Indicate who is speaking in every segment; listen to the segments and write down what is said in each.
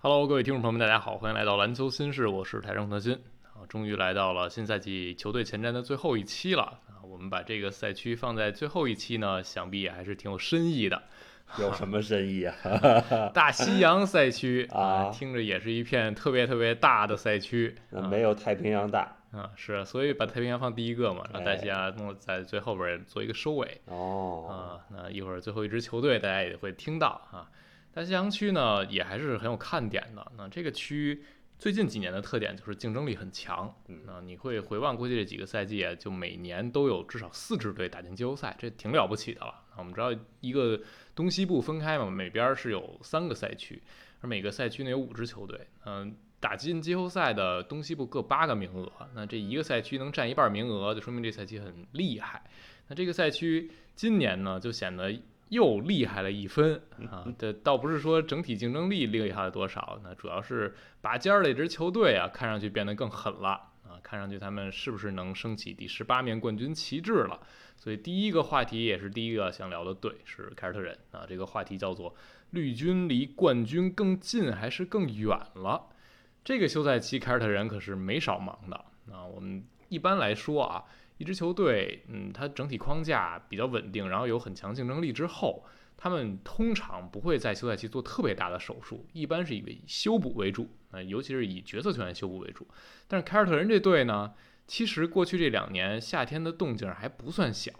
Speaker 1: Hello，各位听众朋友们，大家好，欢迎来到篮球新事，我是台上德鑫啊，终于来到了新赛季球队前瞻的最后一期了啊，我们把这个赛区放在最后一期呢，想必还是挺有深意的。
Speaker 2: 有什么深意啊？
Speaker 1: 大西洋赛区
Speaker 2: 啊
Speaker 1: 听着也是一片特别特别大的赛区
Speaker 2: 那没有太平洋大
Speaker 1: 啊，是，所以把太平洋放第一个嘛，然后大
Speaker 2: 哎
Speaker 1: 西洋弄在最后边儿做一个收尾。
Speaker 2: 哦。
Speaker 1: 啊，那一会儿最后一支球队大家也会听到啊。大西洋区呢也还是很有看点的。那这个区最近几年的特点就是竞争力很强。
Speaker 2: 嗯
Speaker 1: 那你会回望过去这几个赛季啊，就每年都有至少四支队打进季后赛，这挺了不起的了。那我们知道一个东西部分开嘛，每边儿是有三个赛区，而每个赛区呢有五支球队。嗯、打进季后赛的东西部各八个名额，那这一个赛区能占一半名额，就说明这赛区很厉害。那这个赛区今年呢，就显得又厉害了一分啊！这倒不是说整体竞争力厉害了多少，那主要是拔尖儿的一支球队啊，看上去变得更狠了啊！看上去他们是不是能升起第十八面冠军旗帜了？所以第一个话题也是第一个想聊的队是凯尔特人啊，这个话题叫做“绿军离冠军更近还是更远了”。这个休赛期，凯尔特人可是没少忙的啊！我们一般来说啊，一支球队，嗯，它整体框架比较稳定，然后有很强竞争力之后，他们通常不会在休赛期做特别大的手术，一般是以修补为主，啊、尤其是以角色球员修补为主。但是凯尔特人这队呢，其实过去这两年夏天的动静还不算小。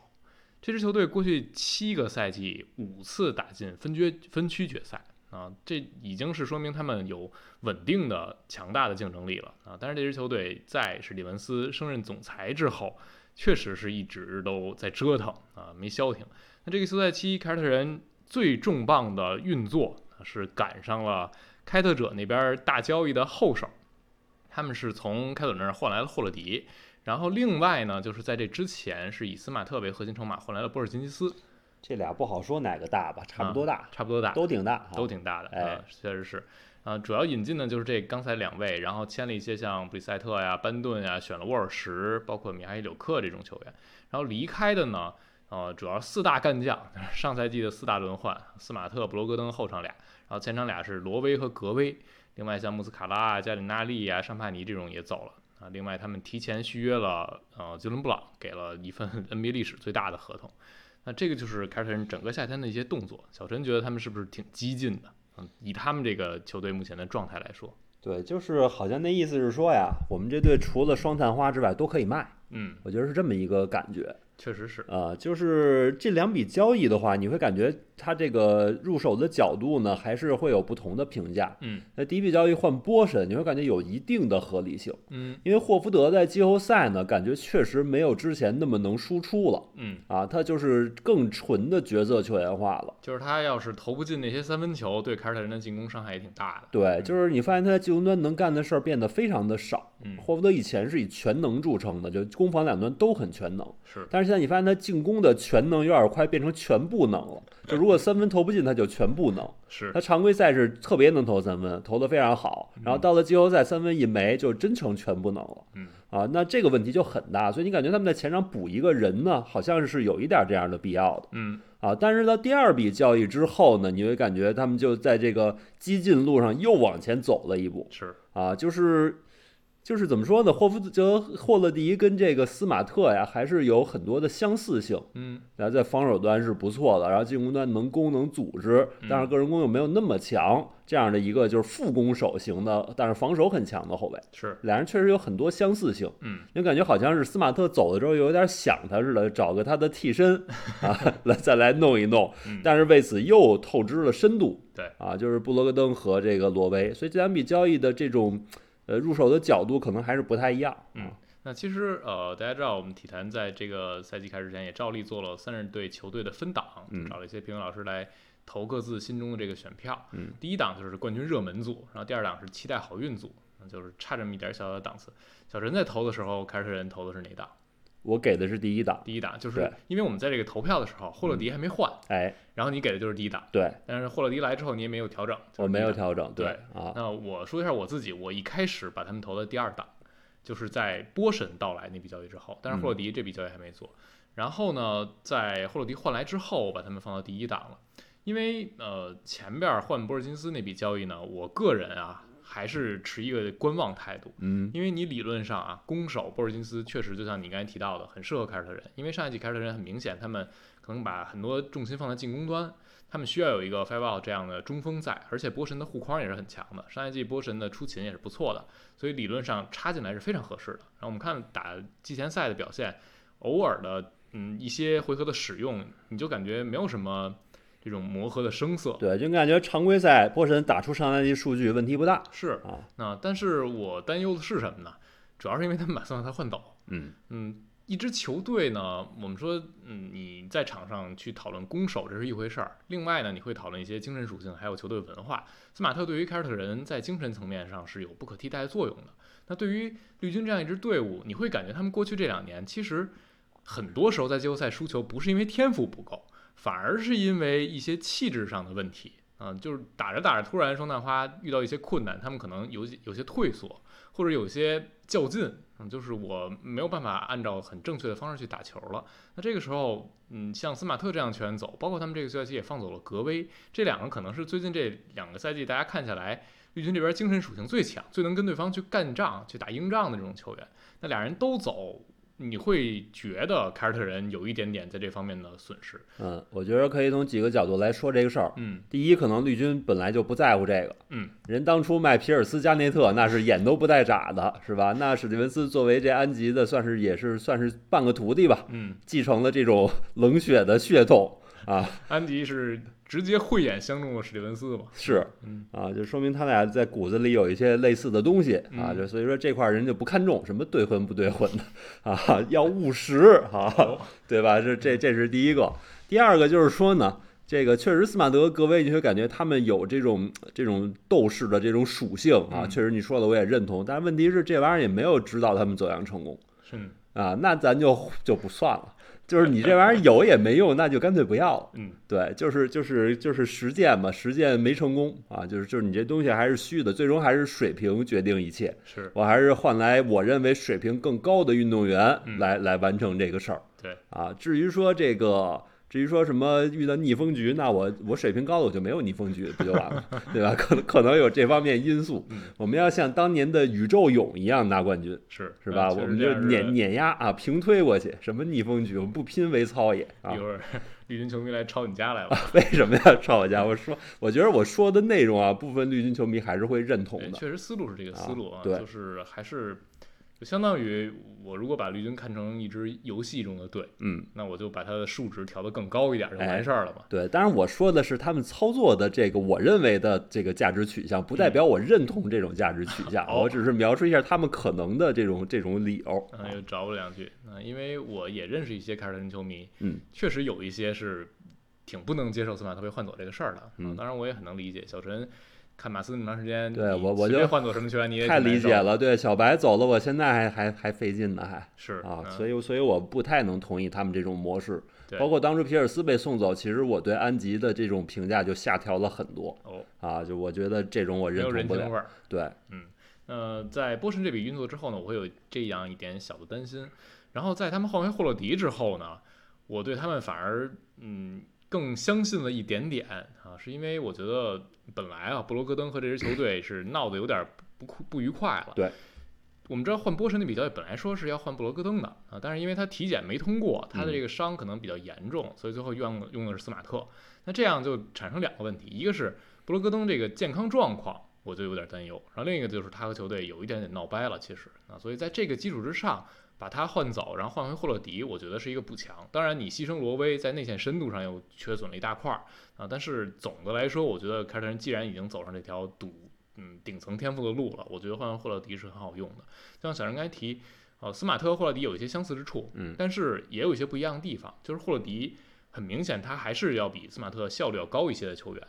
Speaker 1: 这支球队过去七个赛季五次打进分决分区决赛啊，这已经是说明他们有稳定的强大的竞争力了啊。但是这支球队在史蒂文斯升任总裁之后，确实是一直都在折腾啊，没消停。那这个休赛期，凯尔特人最重磅的运作啊是赶上了开拓者那边大交易的后手，他们是从开拓者那儿换来了霍勒迪，然后另外呢，就是在这之前是以斯马特为核心筹码换来了波尔津吉斯，
Speaker 2: 这俩不好说哪个大吧，差不多大，
Speaker 1: 差不嗯多大，
Speaker 2: 都挺大，
Speaker 1: 都。挺大的，
Speaker 2: 哎
Speaker 1: 啊，确实是。啊、主要引进的就是这刚才两位，然后签了一些像布里塞特呀、班顿呀，选了沃尔什，包括米哈伊柳克这种球员。然后离开的呢，呃，主要四大干将， 上赛季的四大轮换，斯马特、布罗格登后场俩，然后前场俩是罗威和格威。另外像穆斯卡拉啊、加里纳利啊、尚帕尼这种也走了。啊，另外他们提前续约了呃杰伦布朗，给了一份 NBA 历史最大的合同。那这个就是凯尔特人整个夏天的一些动作。小陈觉得他们是不是挺激进的？嗯，以他们这个球队目前的状态来说，
Speaker 2: 对，就是好像那意思是说呀，我们这队除了双探花之外都可以卖，
Speaker 1: 嗯，
Speaker 2: 我觉得是这么一个感觉。
Speaker 1: 确实是，
Speaker 2: 呃，就是这两笔交易的话，你会感觉它这个入手的角度呢，还是会有不同的评价。
Speaker 1: 嗯
Speaker 2: 那第一笔交易换波神，你会感觉有一定的合理性，
Speaker 1: 嗯
Speaker 2: 因为霍福德在季后赛呢，感觉确实没有之前那么能输出了。
Speaker 1: 嗯，
Speaker 2: 啊，他就是更纯的角色球员化了。
Speaker 1: 就是他要是投不进那些三分球，对凯尔特人的进攻伤害也挺大的。
Speaker 2: 对，就是你发现他在进攻端能干的事儿变得非常的少。
Speaker 1: 嗯，
Speaker 2: 霍福德以前是以全能著称的，就攻防两端都很全能，
Speaker 1: 是，
Speaker 2: 但是现在你发现他进攻的全能有点快变成全不能了。就如果三分投不进，他就全不能。
Speaker 1: 是
Speaker 2: 他常规赛是特别能投三分，投得非常好，然后到了季后赛三分一没，就真成全不能了。
Speaker 1: 嗯
Speaker 2: 啊，那这个问题就很大，所以你感觉他们在前场补一个人呢，好像是有一点这样的必要的。
Speaker 1: 嗯
Speaker 2: 啊，但是到第二笔交易之后呢，你会感觉他们就在这个激进路上又往前走了一步
Speaker 1: 是，
Speaker 2: 啊，就是就是怎么说呢，霍福德、霍勒迪跟这个斯马特呀，还是有很多的相似性，
Speaker 1: 嗯
Speaker 2: 然后在防守端是不错的，然后进攻端能攻能组织，但是个人攻又没有那么强，这样的一个就是副攻手型的，但是防守很强的后卫，
Speaker 1: 是，
Speaker 2: 俩人确实有很多相似性。
Speaker 1: 嗯
Speaker 2: 就感觉好像是斯马特走了之后，有点想他似的，找个他的替身 啊，来再来弄一弄
Speaker 1: 嗯。
Speaker 2: 但是为此又透支了深度。
Speaker 1: 对
Speaker 2: 啊，就是布罗格登和这个罗威，所以这两笔交易的这种呃入手的角度可能还是不太一样。
Speaker 1: 嗯。那其实呃，大家知道我们体坛在这个赛季开始之前也照例做了三十队球队的分档，
Speaker 2: 嗯
Speaker 1: 找了一些评委老师来投各自心中的这个选票。
Speaker 2: 嗯，
Speaker 1: 第一档就是冠军热门组，然后第二档是期待好运组，那就是差这么一点小小的档次。小陈在投的时候，凯尔特人投的是哪档？
Speaker 2: 我给的是第一档，
Speaker 1: 第一档，就是
Speaker 2: 对
Speaker 1: 因为我们在这个投票的时候，霍勒迪还没换，
Speaker 2: 哎，
Speaker 1: 然后你给的就是第一档，
Speaker 2: 对
Speaker 1: 但是霍勒迪来之后你也没有调整，就是
Speaker 2: 我没有
Speaker 1: 第一档。
Speaker 2: 调整，
Speaker 1: 对
Speaker 2: 啊，
Speaker 1: 那我说一下我自己，我一开始把他们投的第二档，就是在波神到来那笔交易之后，但是霍勒迪这笔交易还没做。然后呢，在霍勒迪换来之后，我把他们放到第一档了。因为呃前边换博尔金斯那笔交易呢，我个人啊还是持一个观望态度，
Speaker 2: 嗯
Speaker 1: 因为你理论上啊攻守博尔金斯确实就像你刚才提到的，很适合凯尔特人，因为上一季凯尔特人很明显他们可能把很多重心放在进攻端。他们需要有一个 f i v e out 这样的中锋在，而且波神的护框也是很强的，上一季波神的出勤也是不错的，所以理论上插进来是非常合适的。然后我们看打季前赛的表现，偶尔的嗯一些回合的使用，你就感觉没有什么这种磨合的生涩。
Speaker 2: 对，就感觉常规赛波神打出上赛季数据问题不大
Speaker 1: 是
Speaker 2: 啊，
Speaker 1: 那但是我担忧的是什么呢？主要是因为他们把桑塔换走，
Speaker 2: 嗯
Speaker 1: 嗯，一支球队呢，我们说，嗯，你在场上去讨论攻守，这是一回事儿。另外呢，你会讨论一些精神属性，还有球队文化。斯马特对于凯尔特人在精神层面上是有不可替代的作用的。那对于绿军这样一支队伍，你会感觉他们过去这两年其实很多时候在季后赛输球，不是因为天赋不够，反而是因为一些气质上的问题。啊、就是打着打着，突然双蛋花遇到一些困难，他们可能有些有些退缩，或者有些较劲，嗯，就是我没有办法按照很正确的方式去打球了。那这个时候，嗯，像斯马特这样球员走，包括他们这个赛季也放走了格威，这两个可能是最近这两个赛季大家看下来，绿军这边精神属性最强、最能跟对方去干仗、去打硬仗的这种球员。那俩人都走，你会觉得凯尔特人有一点点在这方面的损失。
Speaker 2: 嗯，我觉得可以从几个角度来说这个事儿。
Speaker 1: 嗯，
Speaker 2: 第一，可能绿军本来就不在乎这个，
Speaker 1: 嗯，
Speaker 2: 人当初卖皮尔斯加内特那是眼都不带眨的，是吧？那史蒂文斯作为这安吉的，算是也是算是半个徒弟吧，
Speaker 1: 嗯，
Speaker 2: 继承了这种冷血的血统啊，
Speaker 1: 安迪是直接慧眼相中了史蒂文斯嘛？
Speaker 2: 是
Speaker 1: 嗯
Speaker 2: 啊，就说明他俩在骨子里有一些类似的东西啊，
Speaker 1: 嗯
Speaker 2: 就所以说这块儿人就不看重什么对混不对混的啊，要务实啊，
Speaker 1: 哦
Speaker 2: 对吧？这这这是第一个，第二个就是说呢。这个确实，斯马德、格威，你会感觉他们有这种这种斗士的这种属性啊。
Speaker 1: 嗯
Speaker 2: 确实，你说的我也认同，但是问题是这玩意儿也没有指导他们走向成功
Speaker 1: 是，
Speaker 2: 啊。那咱就就不算了，就是你这玩意儿有也没用，那就干脆不要了。
Speaker 1: 嗯
Speaker 2: 对，就是就是就是实践嘛，实践没成功啊，就是就是你这东西还是虚的，最终还是水平决定一切。
Speaker 1: 是，
Speaker 2: 我还是换来我认为水平更高的运动员
Speaker 1: 嗯
Speaker 2: 来、来完成这个事儿。
Speaker 1: 对
Speaker 2: 啊，至于说这个，至于说什么遇到逆风局，那我我水平高的我就没有逆风局，不就完了，对吧？可能可能有这方面因素
Speaker 1: 嗯。
Speaker 2: 我们要像当年的宇宙勇一样拿冠军，
Speaker 1: 是
Speaker 2: 是吧？
Speaker 1: 嗯确
Speaker 2: 我
Speaker 1: 实
Speaker 2: 们
Speaker 1: 这
Speaker 2: 就
Speaker 1: 样是
Speaker 2: 碾碾压啊，平推过去，什么逆风局，我们不拼为操也啊
Speaker 1: 一。会儿 绿军球迷来抄你家来了。
Speaker 2: 为什么要抄我家？我说，我觉得我说的内容啊，部分绿军球迷还是会认同
Speaker 1: 对，
Speaker 2: 的。
Speaker 1: 哎确实思路是这个思路啊，
Speaker 2: 啊对
Speaker 1: 就是还是就相当于我如果把绿军看成一支游戏中的队，
Speaker 2: 嗯，
Speaker 1: 那我就把它的数值调得更高一点就
Speaker 2: 哎
Speaker 1: 完事儿了嘛。
Speaker 2: 对。当然，我说的是他们操作的这个我认为的这个价值取向，不代表我认同这种价值取向。
Speaker 1: 嗯 哦
Speaker 2: 我只是描述一下他们可能的这种这种理由。
Speaker 1: 嗯，又找我两句。嗯，因为我也认识一些凯尔特人球迷，
Speaker 2: 嗯，
Speaker 1: 确实有一些是挺不能接受斯马特被换走这个事儿的。啊
Speaker 2: 嗯
Speaker 1: 当然我也很能理解，小陈看马刺那么长时间，
Speaker 2: 对
Speaker 1: 你
Speaker 2: 我我
Speaker 1: 随便
Speaker 2: 就
Speaker 1: 换走什么球员你也
Speaker 2: 太
Speaker 1: 挺难
Speaker 2: 理解
Speaker 1: 受，
Speaker 2: 了，对，小白走了，我现在还还还费劲呢，还
Speaker 1: 是
Speaker 2: 啊，
Speaker 1: 嗯
Speaker 2: 所以所以我不太能同意他们这种模式。
Speaker 1: 对
Speaker 2: 包括当初皮尔斯被送走，其实我对安吉的这种评价就下调了很多
Speaker 1: 哦，
Speaker 2: 啊，就我觉得这种我
Speaker 1: 没
Speaker 2: 认
Speaker 1: 有
Speaker 2: 同
Speaker 1: 人
Speaker 2: 不
Speaker 1: 情
Speaker 2: 了
Speaker 1: 味。儿。
Speaker 2: 对，
Speaker 1: 呃，在波神这笔运作之后呢，我会有这样一点小的担心。然后在他们换回霍洛迪之后呢，我对他们反而嗯更相信了一点点啊，是因为我觉得本来啊布罗格登和这支球队是闹得有点不不不愉快了。
Speaker 2: 对。
Speaker 1: 我们知道换波神那笔交易本来说是要换布罗格登的啊，但是因为他体检没通过，他的这个伤可能比较严重，所以最后用用的是斯马特。那这样就产生两个问题，一个是布罗格登这个健康状况，我就有点担忧。然后另一个就是他和球队有一点点闹掰了，其实啊，所以在这个基础之上，把他换走，然后换回霍勒迪，我觉得是一个补强。当然，你牺牲罗威在内线深度上又缺损了一大块儿啊，但是总的来说，我觉得凯尔特人既然已经走上这条赌嗯顶层天赋的路了，我觉得换回霍勒迪是很好用的。就像小陈刚才提，呃，斯马特和霍勒迪有一些相似之处，
Speaker 2: 嗯
Speaker 1: 但是也有一些不一样的地方，就是霍勒迪。很明显，他还是要比斯马特效率要高一些的球员。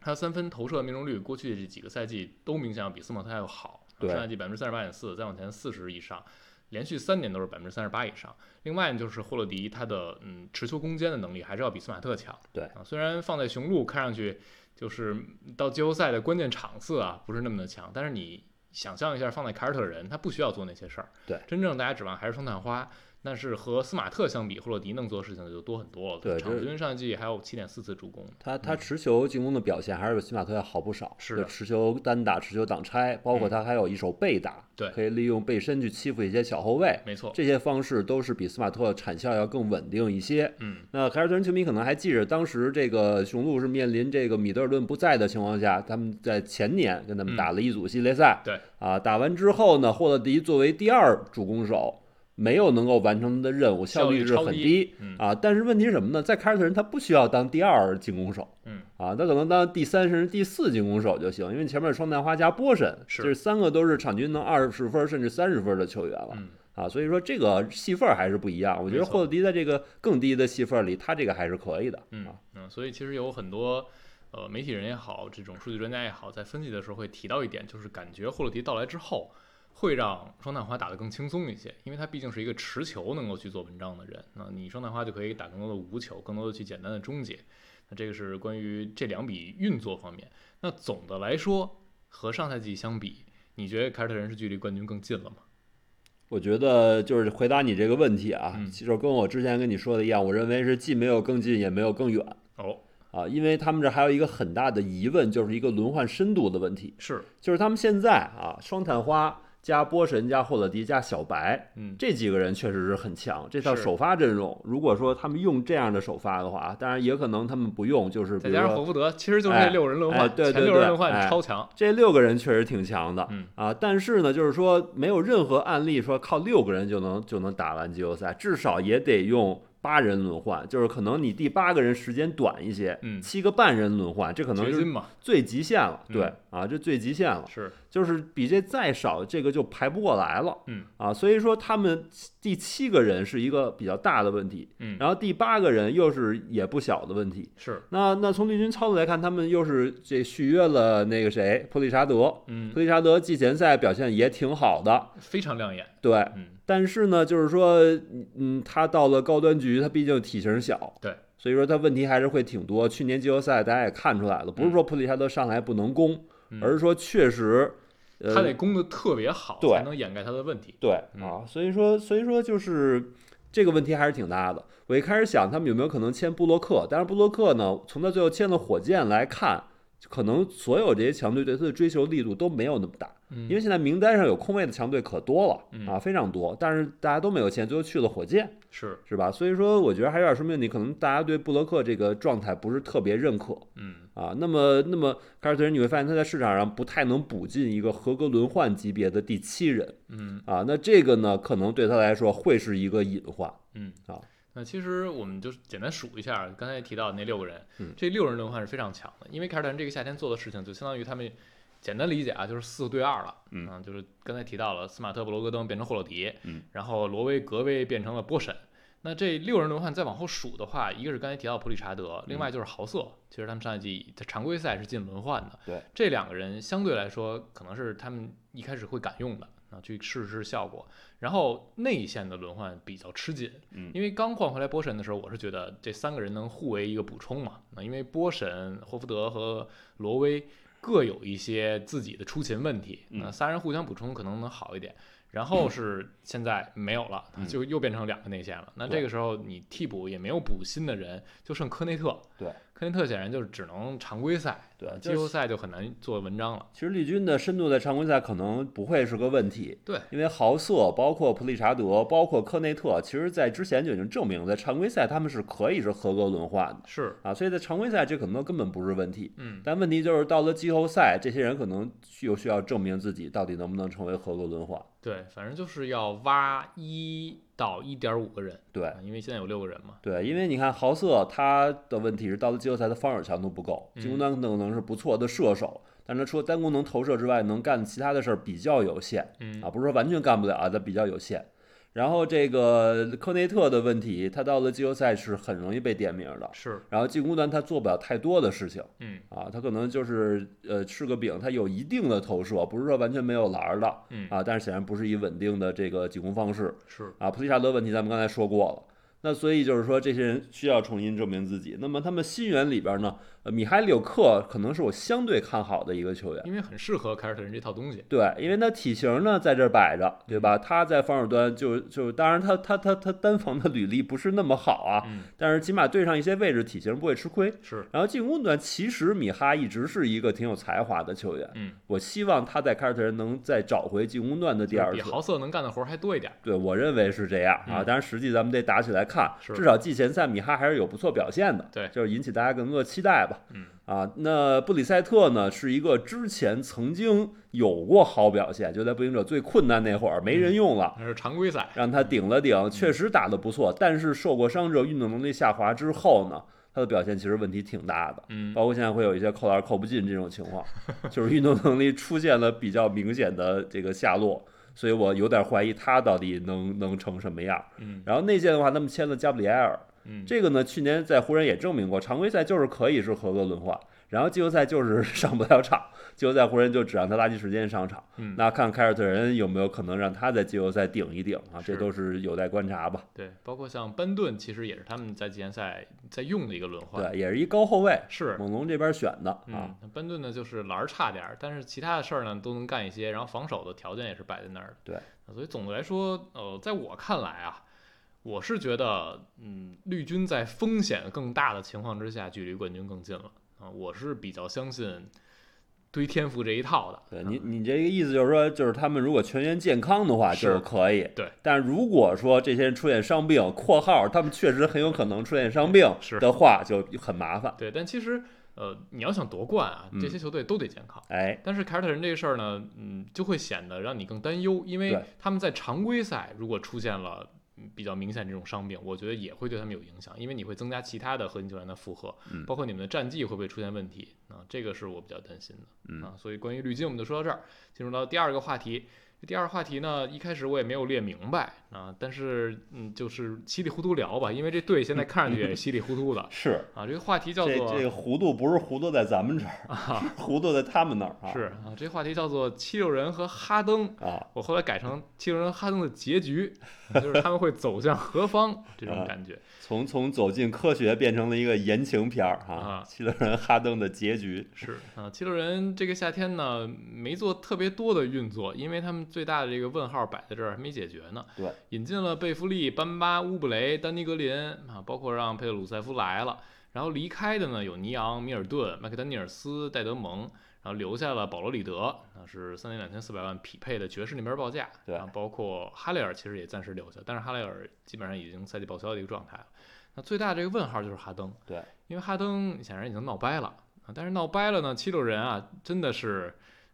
Speaker 1: 他三分投射命中率过去这几个赛季都明显要比斯马特要好，
Speaker 2: 对
Speaker 1: 上赛季百分之三十八点四，再往前四十以上，连续三年都是百分之三十八以上。另外呢，就是霍勒迪他的嗯持球攻坚的能力还是要比斯马特强。
Speaker 2: 对
Speaker 1: 啊，虽然放在雄鹿看上去就是到季后赛的关键场次啊不是那么的强，但是你想象一下放在凯尔特人，他不需要做那些事儿。
Speaker 2: 对，
Speaker 1: 真正大家指望还是双探花。但是和斯马特相比，霍洛迪能做的事情就多很多了。
Speaker 2: 对
Speaker 1: 场
Speaker 2: 这
Speaker 1: 均上一季还有七点四次助攻呢。
Speaker 2: 他他持球进攻的表现还是比西马特要好不少，
Speaker 1: 嗯是
Speaker 2: 就
Speaker 1: 的嗯
Speaker 2: 持球单打、持球挡拆，包括他还有一手背打，
Speaker 1: 对
Speaker 2: 可以利用背身去欺负一些小后卫，
Speaker 1: 没错，
Speaker 2: 这些方式都是比斯马特产效要更稳定一些。
Speaker 1: 嗯，
Speaker 2: 那凯尔特人球迷可能还记着，当时这个雄鹿是面临这个米德尔顿不在的情况下，他们在前年跟他们
Speaker 1: 嗯
Speaker 2: 打了一组系列赛。
Speaker 1: 对
Speaker 2: 啊，打完之后呢，霍勒迪作为第二主攻手，没有能够完成他的任务，效率
Speaker 1: 率
Speaker 2: 是
Speaker 1: 超
Speaker 2: 很
Speaker 1: 低嗯
Speaker 2: 啊。但是问题是什么呢？在凯尔特人他不需要当第二进攻手，
Speaker 1: 嗯
Speaker 2: 啊，他可能当第三甚至第四进攻手就行，因为前面有双探花加波神，
Speaker 1: 是
Speaker 2: 这三个都是场均能二十分甚至三十分的球员了。
Speaker 1: 嗯
Speaker 2: 啊，所以说这个戏份儿还是不一样。我觉
Speaker 1: 没
Speaker 2: 得
Speaker 1: 错
Speaker 2: 霍勒迪在这个更低的戏份儿里，他这个还是可以的。
Speaker 1: 嗯
Speaker 2: 啊，
Speaker 1: 嗯，所以其实有很多呃媒体人也好，这种数据专家也好，在分析的时候会提到一点，就是感觉霍勒迪到来之后。会让双探花打得更轻松一些，因为他毕竟是一个持球能够去做文章的人。那你双探花就可以打更多的无球，更多的去简单的终结。那这个是关于这两笔运作方面。那总的来说，和上赛季相比，你觉得凯尔特人是距离冠军更近了吗？
Speaker 2: 我觉得就是回答你这个问题啊，
Speaker 1: 嗯
Speaker 2: 其实跟我之前跟你说的一样，我认为是既没有更近，也没有更远
Speaker 1: 哦，
Speaker 2: 啊，因为他们这还有一个很大的疑问，就是一个轮换深度的问题，
Speaker 1: 是，
Speaker 2: 就是他们现在啊，双探花加波神加霍勒迪加小白，
Speaker 1: 嗯，
Speaker 2: 这几个人确实是很强。这套
Speaker 1: 是
Speaker 2: 首发阵容，如果说他们用这样的首发的话，当然也可能他们不用，就是比
Speaker 1: 再
Speaker 2: 如
Speaker 1: 加上
Speaker 2: 说
Speaker 1: 霍福德，其实就是这六人轮换，
Speaker 2: 哎哎对
Speaker 1: 前
Speaker 2: 对
Speaker 1: 六人
Speaker 2: 对
Speaker 1: 轮换
Speaker 2: 哎
Speaker 1: 超强，
Speaker 2: 这六个人确实挺强的，
Speaker 1: 嗯
Speaker 2: 啊，但是呢，就是说没有任何案例说靠六个人就能就能打完季后赛，至少也得用八人轮换，就是可能你第八个人时间短一些，
Speaker 1: 嗯，
Speaker 2: 七个半人轮换，这可能
Speaker 1: 掘
Speaker 2: 就
Speaker 1: 金
Speaker 2: 是
Speaker 1: 嘛，
Speaker 2: 最极限了，
Speaker 1: 嗯
Speaker 2: 对啊，这最极限了，
Speaker 1: 是，
Speaker 2: 就是比这再少，这个就排不过来了，
Speaker 1: 嗯
Speaker 2: 啊，所以说他们第七个人是一个比较大的问题，
Speaker 1: 嗯，
Speaker 2: 然后第八个人又是也不小的问题，
Speaker 1: 是，
Speaker 2: 那那从绿军操作来看，他们又是这续约了那个谁，普利沙德。
Speaker 1: 嗯，
Speaker 2: 普利沙德季前赛表现也挺好的，
Speaker 1: 非常亮眼，
Speaker 2: 对。
Speaker 1: 嗯，
Speaker 2: 但是呢，就是说，嗯，他到了高端局，他毕竟体型小，
Speaker 1: 对，
Speaker 2: 所以说他问题还是会挺多。去年季后赛大家也看出来了，不是说普利沙德上来不能攻，
Speaker 1: 嗯
Speaker 2: 而是说确实，呃，
Speaker 1: 他得攻的特别好，
Speaker 2: 对
Speaker 1: 才能掩盖他的问题。
Speaker 2: 对
Speaker 1: 嗯
Speaker 2: 啊，所以说所以说就是这个问题还是挺大的。我一开始想他们有没有可能签布洛克，但是布洛克呢，从他最后签了火箭来看，可能所有这些强队对他的追求力度都没有那么大，
Speaker 1: 嗯
Speaker 2: 因为现在名单上有空位的强队可多
Speaker 1: 嗯
Speaker 2: 了啊，非常多，但是大家都没有签，最后去了火箭，
Speaker 1: 是，
Speaker 2: 是吧？所以说我觉得还有点说明你可能大家对布洛克这个状态不是特别认可。
Speaker 1: 嗯，
Speaker 2: 啊，那么那么凯尔特人你会发现他在市场上不太能补进一个合格轮换级别的第七人，
Speaker 1: 嗯
Speaker 2: 啊，那这个呢，可能对他来说会是一个隐患，
Speaker 1: 嗯，
Speaker 2: 好。
Speaker 1: 那其实我们就简单数一下刚才提到的那六个人，
Speaker 2: 嗯
Speaker 1: 这六人轮换是非常强的，因为凯尔特人这个夏天做的事情，就相当于他们简单理解啊，就是四对二了，
Speaker 2: 嗯
Speaker 1: 啊就是刚才提到了斯马特、布罗格登变成霍洛迪，
Speaker 2: 嗯，
Speaker 1: 然后罗威、格威变成了波神。那这六人轮换再往后数的话，一个是刚才提到普里查德，另外就是豪瑟。其实他们上一季在常规赛是进轮换的，
Speaker 2: 嗯对，
Speaker 1: 这两个人相对来说可能是他们一开始会敢用的，啊，去试试效果。然后内线的轮换比较吃紧，
Speaker 2: 嗯
Speaker 1: 因为刚换回来波神的时候，我是觉得这三个人能互为一个补充嘛，那因为波神、霍福德和罗威各有一些自己的出勤问题，
Speaker 2: 嗯
Speaker 1: 那仨人互相补充可能能好一点。然后是现在没有了，
Speaker 2: 嗯
Speaker 1: 就又变成两个内线了。那这个时候你替补也没有补新的人，就剩科内特。
Speaker 2: 对，
Speaker 1: 科内特显然就是只能常规赛，
Speaker 2: 对啊
Speaker 1: 季
Speaker 2: 就是
Speaker 1: 后赛就很难做文章了。
Speaker 2: 其实利军的深度在常规赛可能不会是个问题，
Speaker 1: 对，
Speaker 2: 因为豪瑟、包括普利查德、包括科内特，其实在之前就已经证明了，在常规赛他们是可以是合格轮换的
Speaker 1: 是，
Speaker 2: 啊，所以在常规赛这可能根本不是问题。
Speaker 1: 嗯，
Speaker 2: 但问题就是到了季后赛，这些人可能又需要证明自己到底能不能成为合格轮换。
Speaker 1: 对，反正就是要挖一到一点五个人，
Speaker 2: 对
Speaker 1: 啊，因为现在有六个人嘛。
Speaker 2: 对，因为你看豪瑟他的问题是到了季后赛，他防守强度不够，进
Speaker 1: 嗯
Speaker 2: 攻端可能是不错的射手，但是除了单功能投射之外，能干其他的事儿比较有限
Speaker 1: 嗯
Speaker 2: 啊，不是说完全干不了啊，但比较有限。然后这个科内特的问题，他到了季后赛是很容易被点名的，
Speaker 1: 是，
Speaker 2: 然后进攻端他做不了太多的事情
Speaker 1: 嗯
Speaker 2: 啊，他可能就是呃吃个饼，他有一定的投射，不是说完全没有篮儿的
Speaker 1: 嗯，
Speaker 2: 啊，但是显然不是以稳定的这个进攻方式。
Speaker 1: 是，
Speaker 2: 啊，普利沙德问题咱们刚才说过了。那所以就是说，这些人需要重新证明自己。那么他们新援里边呢，呃，米哈里有克可能是我相对看好的一个球员。
Speaker 1: 因为很适合凯尔特人这套东西。
Speaker 2: 对，因为他体型呢在这儿摆着，对吧？他在防守端就就，当然他他他他单防的履历不是那么好啊，
Speaker 1: 嗯，
Speaker 2: 但是起码对上一些位置体型不会吃亏。
Speaker 1: 是，
Speaker 2: 然后进攻端，其实米哈一直是一个挺有才华的球员，
Speaker 1: 嗯，
Speaker 2: 我希望他在凯尔特人能再找回进攻端的第二
Speaker 1: 比
Speaker 2: 次。
Speaker 1: 豪瑟能干的活儿还多一点。
Speaker 2: 对，我认为是这样啊，
Speaker 1: 嗯
Speaker 2: 当然实际咱们得打起来看，
Speaker 1: 是
Speaker 2: 至少季前赛米哈还是有不错表现的，
Speaker 1: 对
Speaker 2: 就是引起大家更多的期待吧。
Speaker 1: 嗯，
Speaker 2: 啊，那布里塞特呢，是一个之前曾经有过好表现，就在步行者最困难那会儿没
Speaker 1: 嗯
Speaker 2: 人用了，
Speaker 1: 那是常规赛，
Speaker 2: 让他顶了顶，确实打得不错。但是受过伤之后，运动能力下滑之后呢，他的表现其实问题挺大的，
Speaker 1: 嗯，
Speaker 2: 包括现在会有一些扣篮扣不进这种情况， 就是运动能力出现了比较明显的这个下落。所以我有点怀疑他到底能能成什么样。
Speaker 1: 嗯
Speaker 2: 然后内线的话，他们签了加布里埃尔，
Speaker 1: 嗯，
Speaker 2: 这个呢，去年在湖人也证明过，常规赛就是可以是合格轮换，然后季后赛就是 上不了场，季后赛湖人就只让他垃圾时间上场。
Speaker 1: 嗯
Speaker 2: 那看凯尔特人有没有可能让他在季后赛顶一顶啊？这
Speaker 1: 是
Speaker 2: 都是有待观察吧。
Speaker 1: 对，包括像班顿，其实也是他们在季前赛在用的一个轮换。，
Speaker 2: 对，也是一高后卫，
Speaker 1: 是，
Speaker 2: 猛龙这边选的啊
Speaker 1: 嗯。，那班顿呢就是篮儿差点儿，但是其他的事儿呢都能干一些，然后防守的条件也是摆在那儿的。
Speaker 2: 对
Speaker 1: 啊，所以总的来说，呃，在我看来啊，我是觉得，嗯，绿军在风险更大的情况之下，距离冠军更近了啊。我是比较相信堆天赋这一套的。
Speaker 2: 对你，你这个意思就是说，就是他们如果全员健康的话，
Speaker 1: 是
Speaker 2: 就是可以。
Speaker 1: 对，
Speaker 2: 但如果说这些人出现伤病（括号他们确实很有可能出现伤病
Speaker 1: 是）
Speaker 2: 的话，就很麻烦。
Speaker 1: 对，但其实，呃，你要想夺冠啊，这
Speaker 2: 嗯
Speaker 1: 些球队都得健康。
Speaker 2: 哎，
Speaker 1: 但是凯尔特人这个事儿呢，嗯，就会显得让你更担忧，因为
Speaker 2: 对
Speaker 1: 他们在常规赛如果出现了嗯比较明显这种伤病，我觉得也会对他们有影响，因为你会增加其他的核心球员的负荷，
Speaker 2: 嗯
Speaker 1: 包括你们的战绩会不会出现问题啊，这个是我比较担心的、
Speaker 2: 嗯
Speaker 1: 啊。所以关于滤镜我们就说到这儿，进入到第二个话题。这第二个话题呢，一开始我也没有列明白啊，但是嗯，就是稀里糊涂聊吧，因为这队现在看上去也是稀里糊涂的
Speaker 2: 是。
Speaker 1: 啊。这个话题叫
Speaker 2: 这
Speaker 1: 做
Speaker 2: 这个糊涂不是糊涂在咱们这儿，
Speaker 1: 啊，
Speaker 2: 糊涂在他们那儿啊。
Speaker 1: 是啊，这话题叫做七六人和哈登
Speaker 2: 啊，
Speaker 1: 我后来改成七六人哈登的结局，就是他们会走向何方这种感觉。
Speaker 2: 从从走进科学变成了一个言情片儿哈
Speaker 1: 啊，
Speaker 2: 七六人哈登的结局
Speaker 1: 是啊，七六人这个夏天呢没做特别多的运作，因为他们最大的这个问号摆在这儿还没解决呢。
Speaker 2: 对，
Speaker 1: 引进了贝弗利、班巴、乌布雷、丹尼格林啊，包括让佩德鲁塞夫来了，然后离开的呢有尼昂、米尔顿、麦克丹尼尔斯、戴德蒙，然后留下了保罗里德，那是三年两千四百万匹配的爵士那边报价，
Speaker 2: 对
Speaker 1: 啊，包括哈雷尔其实也暂时留下，但是哈雷尔基本上已经赛季报销的一个状态了。那最大的这个问号就是哈登，
Speaker 2: 对，
Speaker 1: 因为哈登显然已经闹掰了啊，但是闹掰了呢，七六人啊真的是。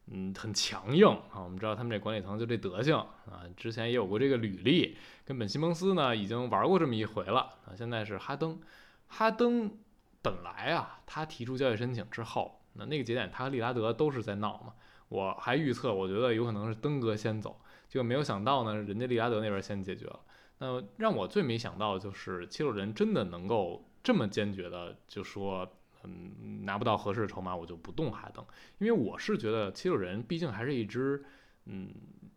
Speaker 1: 嗯，很强硬啊！我们知道他们这管理层就这德行啊，之前也有过这个履历，跟本西蒙斯呢已经玩过这么一回了啊。现在是哈登，哈登本来啊，他提出交易申请之后，那那个节点他和利拉德都是在闹嘛。我还预测，我觉得有可能是登哥先走，结果没有想到呢，人家利拉德那边先解决了。那让我最没想到的就是七六人真的能够这么坚决的就说，嗯，拿不到合适的筹码我就不动哈登，因为我是觉得七六人毕竟还是一支，嗯，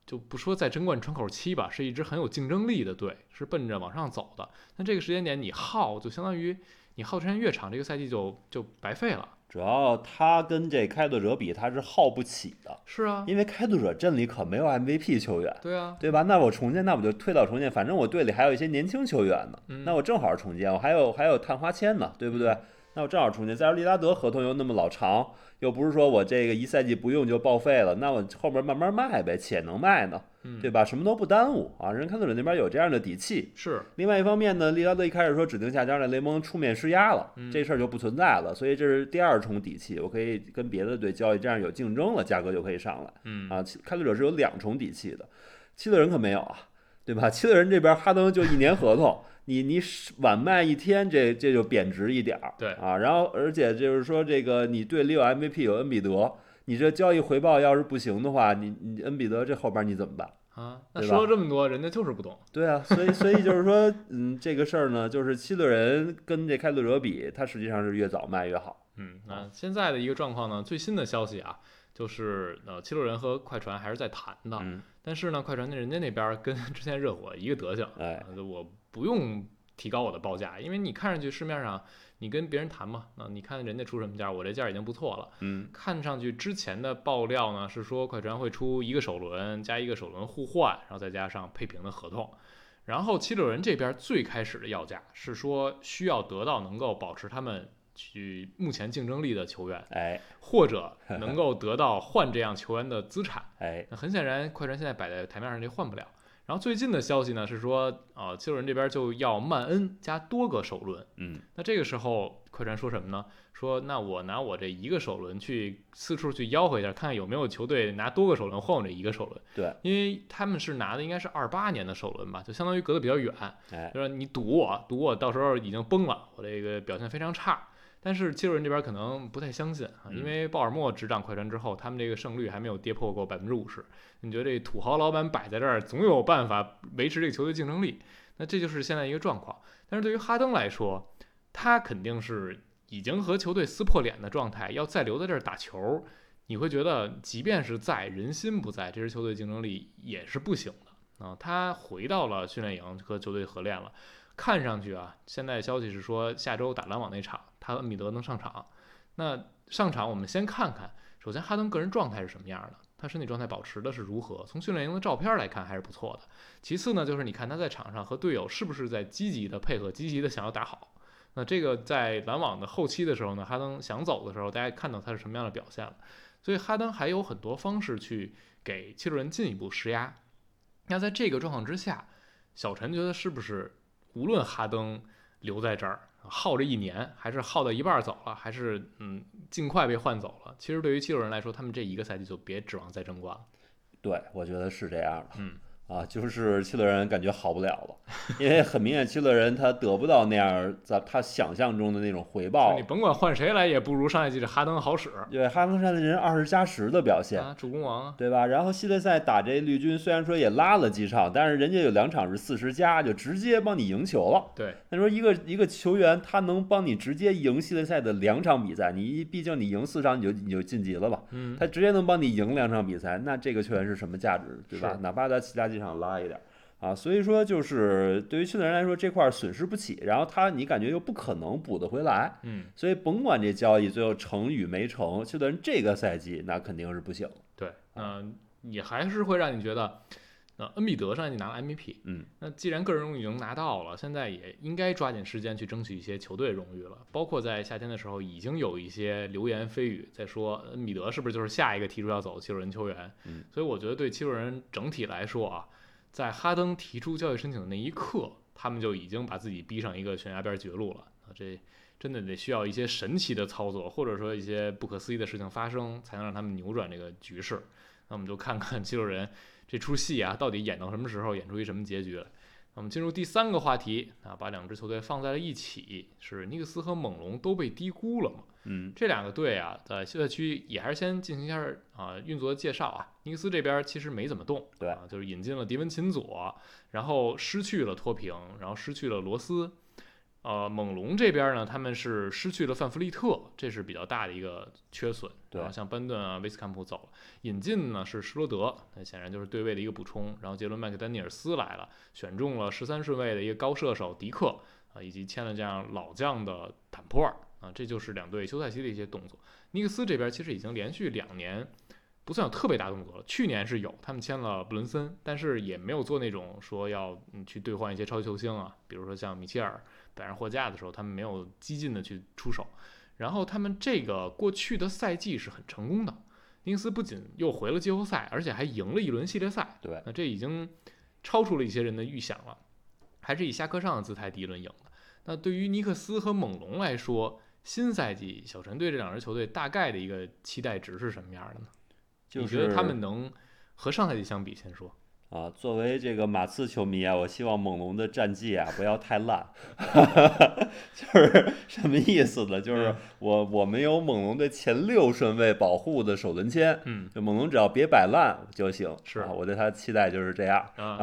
Speaker 1: 就不说在争冠窗口期吧，是一支很有竞争力的队，是奔着往上走的。那这个时间点你耗就相当于你耗时间越长，这个赛季就就白费了。
Speaker 2: 主要他跟这开拓者比，他是耗不起的，
Speaker 1: 是啊，
Speaker 2: 因为开拓者阵里可没有 MVP 球员，
Speaker 1: 对啊，
Speaker 2: 对吧？那我重建，那我就推倒重建，反正我队里还有一些年轻球员呢，
Speaker 1: 嗯
Speaker 2: 那我正好重建，我还有还有探花签呢，对不对？那我正好重建。再说利拉德合同又那么老长，又不是说我这个一赛季不用就报废了，那我后面慢慢卖呗，且能卖呢，
Speaker 1: 嗯
Speaker 2: 对吧？什么都不耽误啊。人开拓者那边有这样的底气，
Speaker 1: 是，
Speaker 2: 另外一方面呢，利拉德一开始说指定下家让雷蒙出面施压了，
Speaker 1: 嗯
Speaker 2: 这事儿就不存在了，所以这是第二重底气，我可以跟别的队交易，这样有竞争了，价格就可以上来
Speaker 1: 嗯，
Speaker 2: 啊。其开拓者是有两重底气的，七六人可没有啊，对吧？ 七六人这边哈登就一年合同，你你是晚卖一天，这这就贬值一点儿，
Speaker 1: 对
Speaker 2: 啊。然后而且就是说这个你队里有 MVP 有恩比德，你这交易回报要是不行的话，你你恩比德这后边你怎么办？
Speaker 1: 啊，那
Speaker 2: 对
Speaker 1: 说
Speaker 2: 吧
Speaker 1: 了这么多，人家就是不懂，
Speaker 2: 对啊，所以所以就是说，嗯，这个事儿呢，就是七六人跟这开拓者比，它实际上是越早卖越好。
Speaker 1: 嗯，
Speaker 2: 啊
Speaker 1: 那现在的一个状况呢，最新的消息啊，就是呃，七六人和快船还是在谈的，
Speaker 2: 嗯，
Speaker 1: 但是呢，快船那人家那边儿跟之前热火一个德行，
Speaker 2: 哎，
Speaker 1: 呃啊就我不用提高我的报价，因为你看上去市面上你跟别人谈嘛，啊，你看人家出什么价，我这价已经不错了。
Speaker 2: 嗯
Speaker 1: 看上去之前的爆料呢是说快船会出一个首轮加一个首轮互换，然后再加上配平的合同。然后七六人这边最开始的要价是说需要得到能够保持他们去目前竞争力的球员，
Speaker 2: 哎
Speaker 1: 或者能够得到换这样球员的资产。
Speaker 2: 哎
Speaker 1: 那很显然，快船现在摆在台面上这换不了。然后最近的消息呢是说，呃，七六人这边就要曼恩加多个首轮。
Speaker 2: 嗯
Speaker 1: 那这个时候，快船说什么呢？说那我拿我这一个首轮去四处去吆喝一下，看看有没有球队拿多个首轮换我这一个首轮。
Speaker 2: 对，
Speaker 1: 因为他们是拿的应该是二八年的首轮吧，就相当于隔得比较远。
Speaker 2: 哎
Speaker 1: 就是你赌我，赌我到时候已经崩了，我这个表现非常差。但是七六人这边可能不太相信啊，
Speaker 2: 嗯
Speaker 1: 因为鲍尔默执掌快船之后，他们这个胜率还没有跌破过百分之五十。你觉得这土豪老板摆在这儿，总有办法维持这个球队竞争力？那这就是现在一个状况。但是对于哈登来说，他肯定是已经和球队撕破脸的状态，要再留在这儿打球，你会觉得即便是在人心不在，这支球队竞争力也是不行的啊。他回到了训练营和球队合练了。看上去啊，现在消息是说下周打篮网那场，他和米德能上场。那上场我们先看看，首先哈登个人状态是什么样的，他身体状态保持的是如何？从训练营的照片来看还是不错的。其次呢，就是你看他在场上和队友是不是在积极的配合，积极的想要打好。那这个在篮网的后期的时候呢，哈登想走的时候，大家看到他是什么样的表现了。所以哈登还有很多方式去给七六人进一步施压。那在这个状况之下，小陈觉得是不是无论哈登留在这儿耗这一年，还是耗到一半儿走了，还是嗯尽快被换走了，其实对于七六人来说，他们这一个赛季就别指望再争冠了。
Speaker 2: 对，我觉得是这样的。
Speaker 1: 嗯
Speaker 2: 啊，就是七六人感觉好不了了，因为很明显七六人他得不到那样咱他想象中的那种回报
Speaker 1: 你。甭管换谁来，也不如上一季这哈登好使
Speaker 2: 对，哈登山的人二十加十的表现，
Speaker 1: 啊，助攻王啊。
Speaker 2: 对吧？然后系列赛打这绿军，虽然说也拉了几场，但是人家有两场是四十加，就直接帮你赢球了。
Speaker 1: 对，
Speaker 2: 那说一个一个球员，他能帮你直接赢系列赛的两场比赛，你一毕竟你赢四场你就你就晋级了吧？
Speaker 1: 嗯，
Speaker 2: 他直接能帮你赢两场比赛，那这个球员是什么价值，对吧
Speaker 1: 是？
Speaker 2: 哪怕在其他几场拉一点儿啊，所以说就是对于球队人来说这块儿损失不起，然后他你感觉又不可能补得回来，
Speaker 1: 嗯，
Speaker 2: 所以甭管这交易最后成与没成，球队人这个赛季那肯定是不行。
Speaker 1: 对，
Speaker 2: 啊
Speaker 1: 嗯、也还是会让你觉得，呃，恩比德上一季拿了 MVP，
Speaker 2: 嗯，
Speaker 1: 那既然个人荣誉已经拿到了，现在也应该抓紧时间去争取一些球队荣誉了。包括在夏天的时候，已经有一些流言蜚语在说恩比德是不是就是下一个提出要走的七六人球员。
Speaker 2: 嗯
Speaker 1: 所以我觉得对七六人整体来说啊，在哈登提出交易申请的那一刻，他们就已经把自己逼上一个悬崖边绝路了。啊这真的得需要一些神奇的操作，或者说一些不可思议的事情发生，才能让他们扭转这个局势。那我们就看看七六人这出戏啊，到底演到什么时候，演出一什么结局来。那我们进入第三个话题啊，把两支球队放在了一起，是尼克斯和猛龙都被低估了嘛？
Speaker 2: 嗯
Speaker 1: 这两个队啊，在休赛区也还是先进行一下啊、运作的介绍啊。尼克斯这边其实没怎么动，
Speaker 2: 对
Speaker 1: 啊，就是引进了迪文琴佐，然后失去了脱贫，然后失去了罗斯。呃，猛龙这边呢，他们是失去了范弗利特，这是比较大的一个缺损。
Speaker 2: 对
Speaker 1: 然后像班顿啊、威斯坎普走了，引进呢是施罗德，那显然就是对位的一个补充。然后杰伦麦克丹尼尔斯来了，选中了十三顺位的一个高射手迪克，啊，以及签了这样老将的坦普尔啊，这就是两队休赛期的一些动作。尼克斯这边其实已经连续两年不算有特别大动作了，去年是有，他们签了布伦森，但是也没有做那种说要嗯去兑换一些超级球星啊，比如说像米切尔、百人霍加的时候，他们没有激进的去出手。然后他们这个过去的赛季是很成功的，尼克斯不仅又回了季后赛，而且还赢了一轮系列赛。
Speaker 2: 对
Speaker 1: 那这已经超出了一些人的预想了，还是以下课上的姿态第一轮赢的。那对于尼克斯和猛龙来说，新赛季小陈对这两支球队大概的一个期待值是什么样的呢？
Speaker 2: 就
Speaker 1: 你
Speaker 2: 是
Speaker 1: 觉得他们能和上赛季相比？先说，
Speaker 2: 啊，作为这个马刺球迷啊，我希望猛龙的战绩啊不要太 烂，就是什么意思呢？就是
Speaker 1: 嗯
Speaker 2: 我我们有猛龙的前六顺位保护的首轮签，
Speaker 1: 嗯
Speaker 2: 就猛龙只要别摆烂就行。
Speaker 1: 是
Speaker 2: 啊，我对他的期待就是这样。
Speaker 1: 啊，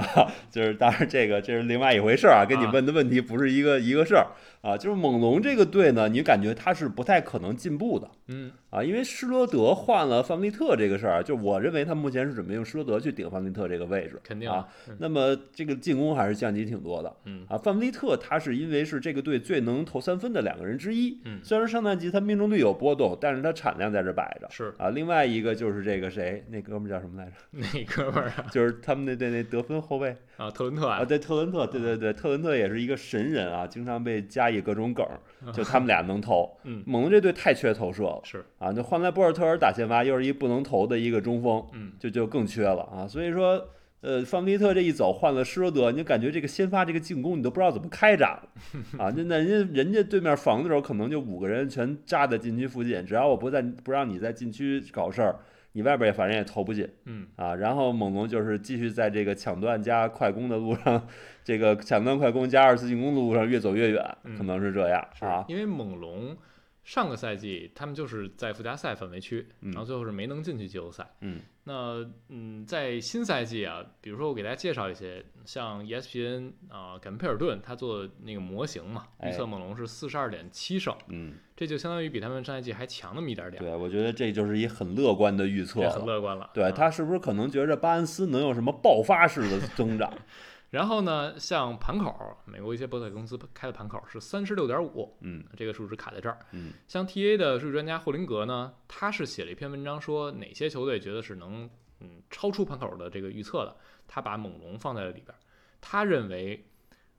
Speaker 2: 就是当然这个这是另外一回事儿啊，跟你
Speaker 1: 啊
Speaker 2: 问的问题不是一个一个事儿啊。就是猛龙这个队呢，你感觉他是不太可能进步的。
Speaker 1: 嗯
Speaker 2: 啊，因为啊施罗德换了范弗利特这个事儿，就我认为他目前是准备用施罗德去顶范弗利特这个位置，是，
Speaker 1: 肯定
Speaker 2: 啊。
Speaker 1: 嗯
Speaker 2: 那么这个进攻还是降级挺多的。
Speaker 1: 嗯
Speaker 2: 啊，范弗利特他是因为是这个队最能投三分的两个人之一。
Speaker 1: 嗯
Speaker 2: 虽然上赛季他命中率有波动，但是他产量在这摆着。
Speaker 1: 是
Speaker 2: 啊，另外一个就是这个谁，那哥们儿叫什么来着？
Speaker 1: 那哥们儿啊
Speaker 2: 就是他们那队那得分后卫
Speaker 1: 啊，特伦特
Speaker 2: 啊，
Speaker 1: 啊，
Speaker 2: 对，特伦特，对对对，特伦特也是一个神人啊，经常被加以各种梗儿，啊就他们俩能投。
Speaker 1: 嗯
Speaker 2: 猛龙这队太缺投射了
Speaker 1: 是
Speaker 2: 啊，那换来博尔特尔打先发，又是一不能投的一个中锋，
Speaker 1: 嗯
Speaker 2: 就就更缺了啊。所以说，呃，范弗利特这一走换了施罗德，你就感觉这个先发这个进攻你都不知道怎么开展了 啊。那那人家人家对面防的时候，可能就五个人全扎在禁区附近，只要我不在不让你在禁区搞事儿，你外边也反正也投不进
Speaker 1: 嗯
Speaker 2: 啊。然后猛龙就是继续在这个抢断加快攻的路上， 这个抢断快攻加二次进攻的路上越走越远，
Speaker 1: 嗯
Speaker 2: 可能是这样、
Speaker 1: 是
Speaker 2: 啊。
Speaker 1: 因为猛龙上个赛季他们就是在附加赛范围区，
Speaker 2: 嗯
Speaker 1: 然后最后是没能进去季后赛。
Speaker 2: 嗯
Speaker 1: 那嗯，在新赛季啊，比如说我给大家介绍一些，像 E ESPN 啊、坎佩尔顿他做那个模型嘛，
Speaker 2: 哎
Speaker 1: 预测猛龙是四十二点七胜，
Speaker 2: 嗯，
Speaker 1: 这就相当于比他们上赛季还强那么一点点，
Speaker 2: 对，我觉得这就是一很乐观的预测
Speaker 1: 也
Speaker 2: 了。
Speaker 1: 很乐观了。
Speaker 2: 对
Speaker 1: 啊
Speaker 2: 他是不是可能觉着巴恩斯能有什么爆发式的增长？
Speaker 1: 然后呢，像盘口，美国一些博彩公司开的盘口是三十六点五，
Speaker 2: 嗯
Speaker 1: 这个数值卡在这儿。
Speaker 2: 嗯
Speaker 1: 像 TA 的数据专家霍林格呢，他是写了一篇文章，说哪些球队觉得是能嗯超出盘口的这个预测的，他把猛龙放在了里边儿。他认为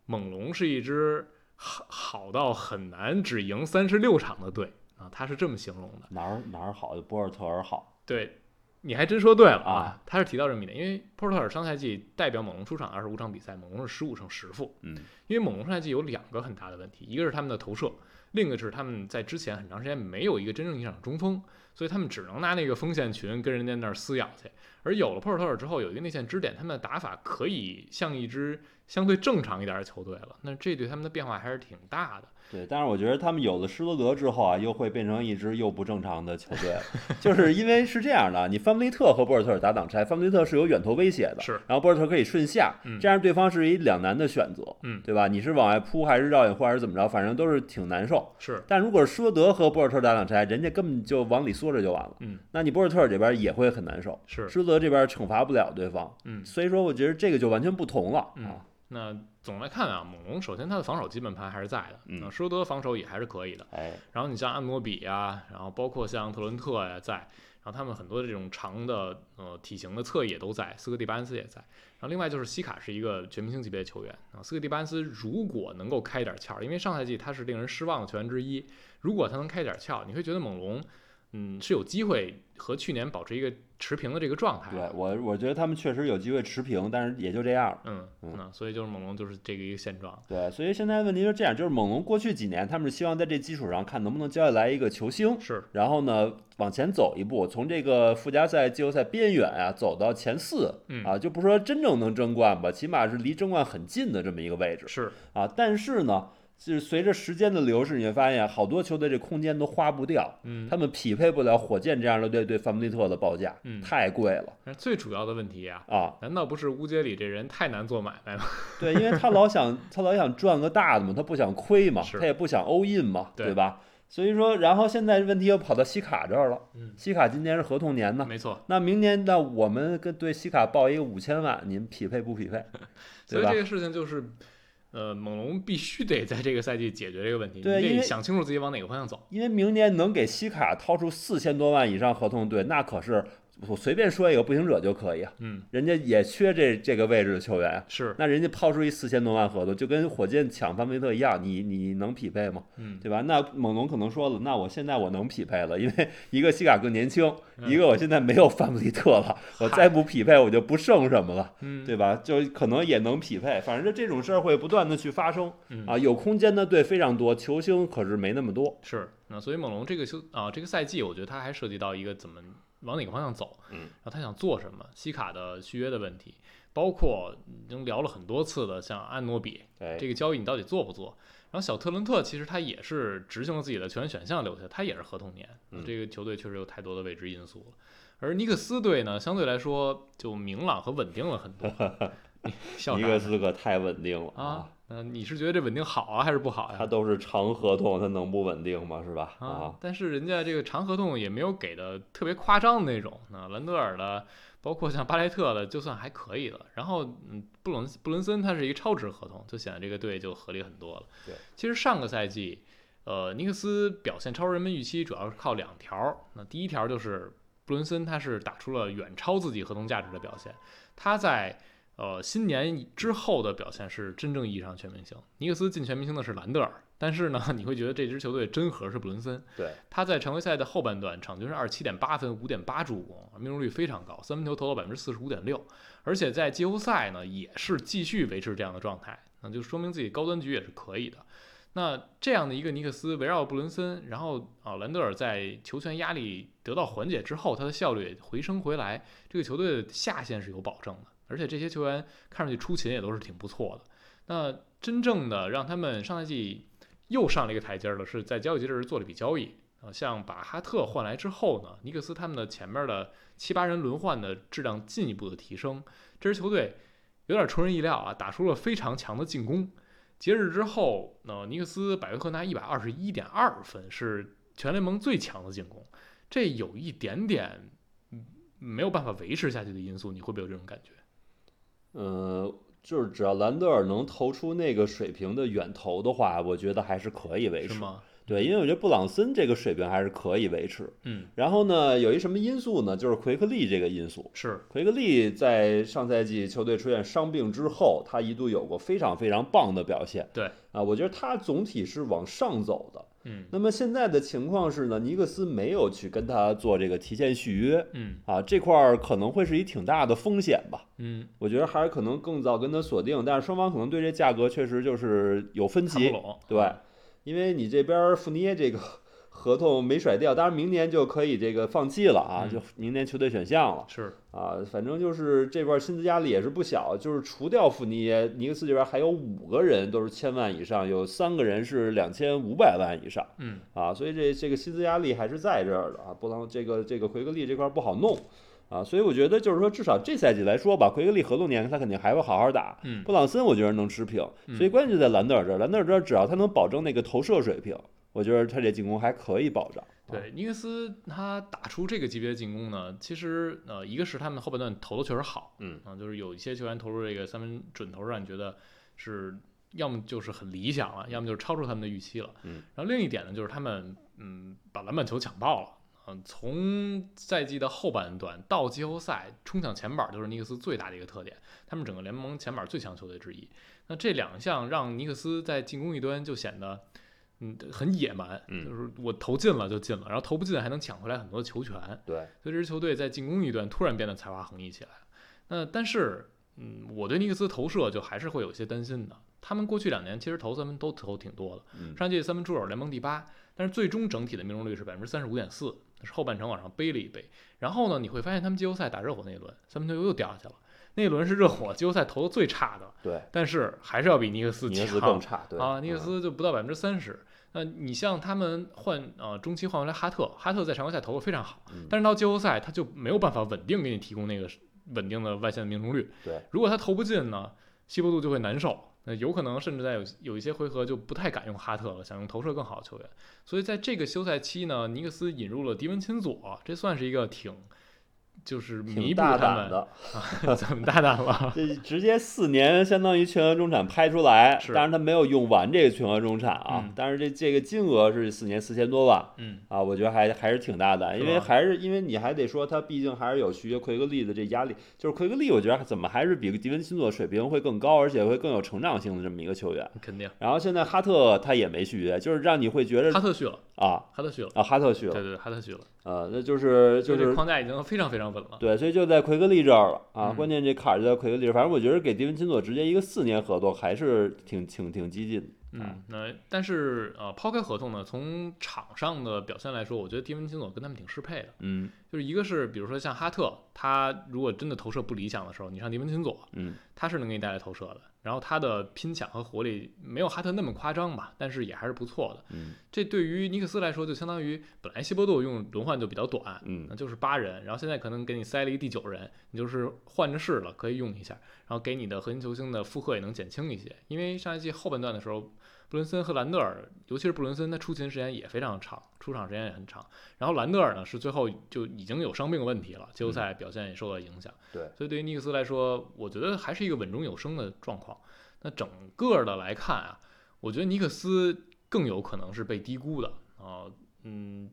Speaker 1: 猛龙是一支好好到很难只赢三十六场的队啊，他是这么形容的。
Speaker 2: 哪儿哪儿好，博尔特尔好，
Speaker 1: 对，你还真说对了
Speaker 2: 啊！
Speaker 1: 他是提到这么一点，因为波特尔上赛季代表猛龙出场二十五场比赛，猛龙是十五胜十负。
Speaker 2: 嗯
Speaker 1: 因为猛龙上赛季有两个很大的问题，一个是他们的投射，另一个是他们在之前很长时间没有一个真正意义上的中锋，所以他们只能拿那个锋线群跟人家那儿撕咬去。而有了波尔特尔之后，有一个内线支点，他们的打法可以像一支相对正常一点的球队了。那这对他们的变化还是挺大的。
Speaker 2: 对，但是我觉得他们有了施罗德之后啊，又会变成一支又不正常的球队了， 就是因为是这样的，你范弗利特和博尔特尔打挡拆，范弗利特是有远投威胁的，
Speaker 1: 是，
Speaker 2: 然后博尔特尔可以顺下，
Speaker 1: 嗯
Speaker 2: 这样对方是一两难的选择，
Speaker 1: 嗯
Speaker 2: 对吧？你是往外扑还是绕掩护还是怎么着，反正都是挺难受。
Speaker 1: 是，
Speaker 2: 但如果是施罗德和博尔特尔打挡拆，人家根本就往里缩着就完了，
Speaker 1: 嗯，
Speaker 2: 那你博尔特尔这边也会很难受，
Speaker 1: 是，
Speaker 2: 施罗德这边惩罚不了对方，
Speaker 1: 嗯。
Speaker 2: 所以说，我觉得这个就完全不同了
Speaker 1: 嗯
Speaker 2: 啊。
Speaker 1: 那总来看啊，猛龙首先他的防守基本盘还是在的，
Speaker 2: 嗯
Speaker 1: 那施罗德防守也还是可以的。
Speaker 2: 哎，
Speaker 1: 然后你像安诺比啊，然后包括像特伦特呀、在，然后他们很多这种长的呃体型的侧翼也都在，斯科蒂巴恩斯也在。然后另外就是西卡是一个全明星级别的球员啊，斯科蒂巴恩斯如果能够开点窍儿，因为上赛季他是令人失望的球员之一，如果他能开点窍儿，你会觉得猛龙嗯是有机会和去年保持一个持平的这个状态。
Speaker 2: 对我，我觉得他们确实有机会持平，但是也就这样了。
Speaker 1: 嗯，
Speaker 2: 嗯
Speaker 1: 那所以就是猛龙就是这个一个现状。
Speaker 2: 对，所以现在问题就是这样，就是猛龙过去几年，他们是希望在这基础上看能不能交易来一个球星，
Speaker 1: 是，
Speaker 2: 然后呢往前走一步，从这个附加赛、季后赛边缘啊走到前四
Speaker 1: 嗯，
Speaker 2: 啊，就不说真正能争冠吧，起码是离争冠很近的这么一个位置
Speaker 1: 是，
Speaker 2: 啊。但是呢，就是随着时间的流逝，你会发现好多球队这空间都花不掉，
Speaker 1: 嗯，
Speaker 2: 他们匹配不了火箭这样的队对范弗利特的报价，
Speaker 1: 嗯
Speaker 2: 太贵了
Speaker 1: 但是最主要的问题啊，
Speaker 2: 啊。
Speaker 1: 难道不是乌街里这人太难做买卖吗？
Speaker 2: 对，因为他老想他老想赚个大的嘛，他不想亏嘛，
Speaker 1: 是
Speaker 2: 他也不想 all in 嘛，
Speaker 1: 对
Speaker 2: 对吧？所以说，然后现在问题又跑到西卡这儿了。
Speaker 1: 嗯
Speaker 2: 西卡今年是合同年呢，
Speaker 1: 没错，
Speaker 2: 那明年那我们跟对西卡报一个五千万，你们匹配不匹 配？
Speaker 1: 所
Speaker 2: 对
Speaker 1: 以
Speaker 2: 吧
Speaker 1: 这？个事情就是，呃，猛龙必须得在这个赛季解决这个问题，你
Speaker 2: 对因
Speaker 1: 得
Speaker 2: 为
Speaker 1: 想清楚自己往哪个方向走。
Speaker 2: 因为明年能给西卡掏出四千多万以上合同，对，那可是我随便说一个步行者就可以啊，
Speaker 1: 嗯，
Speaker 2: 人家也缺这这个位置的球员啊。
Speaker 1: 是，
Speaker 2: 那人家抛出一四千多万合同，就跟火箭抢范维特一样，你你能匹配吗？
Speaker 1: 嗯，
Speaker 2: 对吧？那猛龙可能说了，那我现在我能匹配了，因为 一个西卡更年轻，
Speaker 1: 嗯
Speaker 2: 一个我现在没有范布利特 了，我再不匹配我就不剩什么了，
Speaker 1: 嗯，
Speaker 2: 对吧？就可能也能匹配，反正就这种事儿会不断的去发生
Speaker 1: 嗯
Speaker 2: 啊。有空间的队非常多，球星可是没那么多。
Speaker 1: 是。那所以猛龙这个休啊，这个赛季我觉得他还涉及到一个怎么往哪个方向走，
Speaker 2: 嗯
Speaker 1: 然后他想做什么，西卡的续约的问题，包括已经聊了很多次的像安诺比
Speaker 2: 哎
Speaker 1: 这个交易你到底做不做？然后小特伦特其实他也是执行了自己的球员选项留下，他也是合同年，
Speaker 2: 嗯
Speaker 1: 这个球队确实有太多的未知因素了。而尼克斯队呢，相对来说就明朗和稳定了很多。你笑
Speaker 2: 尼
Speaker 1: 啥
Speaker 2: 克
Speaker 1: 呢
Speaker 2: 斯可太稳定了
Speaker 1: 啊，？嗯、你是觉得这稳定好啊，还是不好呀、
Speaker 2: 他都是长合同，他能不稳定吗？是吧？啊
Speaker 1: 啊，，但是人家这个长合同也没有给的特别夸张的那种。那兰德尔的包括像巴雷特的就算还可以了。然后，嗯，布伦布伦森他是一个超值合同，就显得这个队就合理很多了。
Speaker 2: 对，
Speaker 1: 其实上个赛季，呃，尼克斯表现超人们预期，主要是靠两条儿。那第一条就是布伦森他是打出了远超自己合同价值的表现，他在。呃，新年之后的表现是真正意义上全明星。尼克斯进全明星的是兰德尔，但是呢， 你会觉得这支球队真核是布伦森。
Speaker 2: 对，
Speaker 1: 他在常规赛的后半段，场均是二十七点八分、五点八助攻，命中率非常高，三分球投了百分之四十五点六，而且在季后赛呢也是继续维持这样的状态，那就说明自己高端局也是可以的。那这样的一个尼克斯围绕布伦森，然后啊兰德尔在球权压力得到缓解之后，他的效率也回升回来，这个球队的下限是有保证的，而且这些球员看上去出勤也都是挺不错的。那真正的让他们上赛季又上了一个台阶儿的是在交易截止日做了一笔交易，啊，像把哈特换来之后呢，尼克斯他们的前面的七八人轮换的质量进一步的提升，这支球队有点出人意料啊，打出了非常强的进攻。截止之后，呢，尼克斯百威克拿一百二十一点二分，是全联盟最强的进攻，这有一点点嗯没有办法维持下去的因素，你会不会有这种感觉？
Speaker 2: 嗯，就是只要兰德尔能投出那个水平的远投的话，我觉得还是可以维
Speaker 1: 是
Speaker 2: 持。
Speaker 1: 吗？
Speaker 2: 对，因为我觉得布朗森这个水平还是可以维持。
Speaker 1: 嗯，
Speaker 2: 然后呢，有一什么因素呢？就是奎克利这个因素。
Speaker 1: 是，
Speaker 2: 奎克利在上赛季球队出现伤病之后，他一度有过非常非常棒的表现。
Speaker 1: 对
Speaker 2: 啊，我觉得他总体是往上走的。
Speaker 1: 嗯
Speaker 2: 那么现在的情况是呢，尼克斯没有去跟他做这个提前续约
Speaker 1: 嗯
Speaker 2: 啊，这块儿可能会是一挺大的风险吧。
Speaker 1: 嗯，
Speaker 2: 我觉得还是可能更早跟他锁定，但是双方可能对这价格确实就是有分
Speaker 1: 看不
Speaker 2: 歧，
Speaker 1: 拢，嗯
Speaker 2: 对，因为你这边儿福尼耶这个 合同没甩掉，当然明年就可以这个放弃了啊，
Speaker 1: 嗯
Speaker 2: 就明年球队选项了
Speaker 1: 是，
Speaker 2: 啊，反正就是这边薪资压力也是不小，就是除掉福尼耶，尼克斯这边还有五个人都是千万以上，有三个人是两千五百万以上
Speaker 1: 嗯
Speaker 2: 啊，所以这这个薪资压力还是在这儿的啊，不能这个这个奎格利这块儿不好弄。啊，所以我觉得就是说，至少这赛季来说吧，奎格利合同年他肯定还会好好打，
Speaker 1: 嗯
Speaker 2: 布朗森我觉得能持平，所以关键就在兰德尔这儿。兰德尔这儿只要他能保证那个投射水平，我觉得他这进攻还可以保障。啊，
Speaker 1: 对，尼克斯他打出这个级别的进攻呢，其实呃，一个是他们后半段投的确实好，
Speaker 2: 嗯
Speaker 1: 啊，就是有一些球员投入这个三分准头让你觉得是要么就是很理想了，要么就是超出他们的预期了。
Speaker 2: 嗯，
Speaker 1: 然后另一点呢，就是他们嗯把篮板球抢爆了。嗯，从赛季的后半段到季后赛，冲抢前板就是尼克斯最大的一个特点。他们整个联盟前板最强球队之一。那这两项让尼克斯在进攻一端就显得，嗯，很野蛮，
Speaker 2: 嗯
Speaker 1: 就是我投进了就进了，然后投不进还能抢回来很多球权，
Speaker 2: 对，
Speaker 1: 所以这支球队在进攻一端突然变得才华横溢起来了。那但是，嗯，我对尼克斯投射就还是会有一些担心的。他们过去两年其实投三分都投挺多的，
Speaker 2: 嗯
Speaker 1: 上届三分出手联盟第八，但是最终整体的命中率是百分之三十五点四，是后半程往上背了一背。然后呢，你会发现他们季后赛打热火那一轮，三分球又掉下去了。那一轮是热火季后赛投的最差的，
Speaker 2: 对，
Speaker 1: 但是还是要比尼克斯
Speaker 2: 尼克
Speaker 1: 强
Speaker 2: 斯更差，对
Speaker 1: 啊，尼克
Speaker 2: 嗯
Speaker 1: 斯就不到百分之三十。那你像他们换呃中期换回来哈特，哈特在常规赛投的非常好，
Speaker 2: 嗯
Speaker 1: 但是到季后赛他就没有办法稳定给你提供那个稳定的外线的命中率。
Speaker 2: 对，
Speaker 1: 如果他投不进呢，西伯杜就会难受。那有可能甚至在有有一些回合就不太敢用哈特了，想用投射更好的球员。所以在这个休赛期呢，尼克斯引入了迪文钦佐，这算是一个挺就是弥
Speaker 2: 嗯挺
Speaker 1: 补
Speaker 2: 大
Speaker 1: 他
Speaker 2: 胆
Speaker 1: 们
Speaker 2: 的，
Speaker 1: 怎么大胆 了？
Speaker 2: 这直接四年相当于全额中产拍出来，
Speaker 1: 是
Speaker 2: 当然他没有用完这个全额中产啊，
Speaker 1: 嗯
Speaker 2: 但是这这个金额是四年四千多万，
Speaker 1: 嗯，
Speaker 2: 啊，我觉得还还是挺大的，
Speaker 1: 是
Speaker 2: 因为
Speaker 1: 吧
Speaker 2: 还是因为你还得说他毕竟还是有续约奎格利的这压力，就是奎格利，我觉得怎么还是比迪文钦佐水平会更高，而且会更有成长性的这么一个球员。
Speaker 1: 嗯肯定。
Speaker 2: 然后现在哈特他也没续约，就是让你会觉得
Speaker 1: 哈特去了，
Speaker 2: 啊
Speaker 1: 哈特去了，
Speaker 2: 啊哈特续
Speaker 1: 对
Speaker 2: 了，
Speaker 1: 对，对哈特去了，
Speaker 2: 呃，那就是就
Speaker 1: 所以这
Speaker 2: 是
Speaker 1: 框架已经非常非常稳了。
Speaker 2: 对，所以就在奎格利这儿了啊，
Speaker 1: 嗯
Speaker 2: 关键这坎儿就在奎格利这儿。反正我觉得给迪文钦佐直接一个四年合同还是挺挺挺激进的。啊
Speaker 1: 嗯，那但是呃，抛开合同呢，从场上的表现来说，我觉得迪文金佐跟他们挺适配的。
Speaker 2: 嗯
Speaker 1: 就是一个是，比如说像哈特，他如果真的投射不理想的时候，你上迪文金佐，
Speaker 2: 嗯，
Speaker 1: 他是能给你带来投射的。然后他的拼抢和活力没有哈特那么夸张吧，但是也还是不错的。
Speaker 2: 嗯
Speaker 1: 这对于尼克斯来说，就相当于本来希波杜用轮换就比较短，
Speaker 2: 嗯
Speaker 1: 那就是八人，然后现在可能给你塞了一第九人，你就是换着试了，可以用一下，然后给你的核心球星的负荷也能减轻一些。因为上一季后半段的时候，布伦森和兰德尔，尤其是布伦森，他出勤时间也非常长，出场时间也很长。然后兰德尔呢，是最后就已经有伤病问题了，季后赛表现也受到影响。
Speaker 2: 对，
Speaker 1: 所以对于尼克斯来说，我觉得还是一个稳中有升的状况。那整个的来看啊，我觉得尼克斯更有可能是被低估的啊、嗯，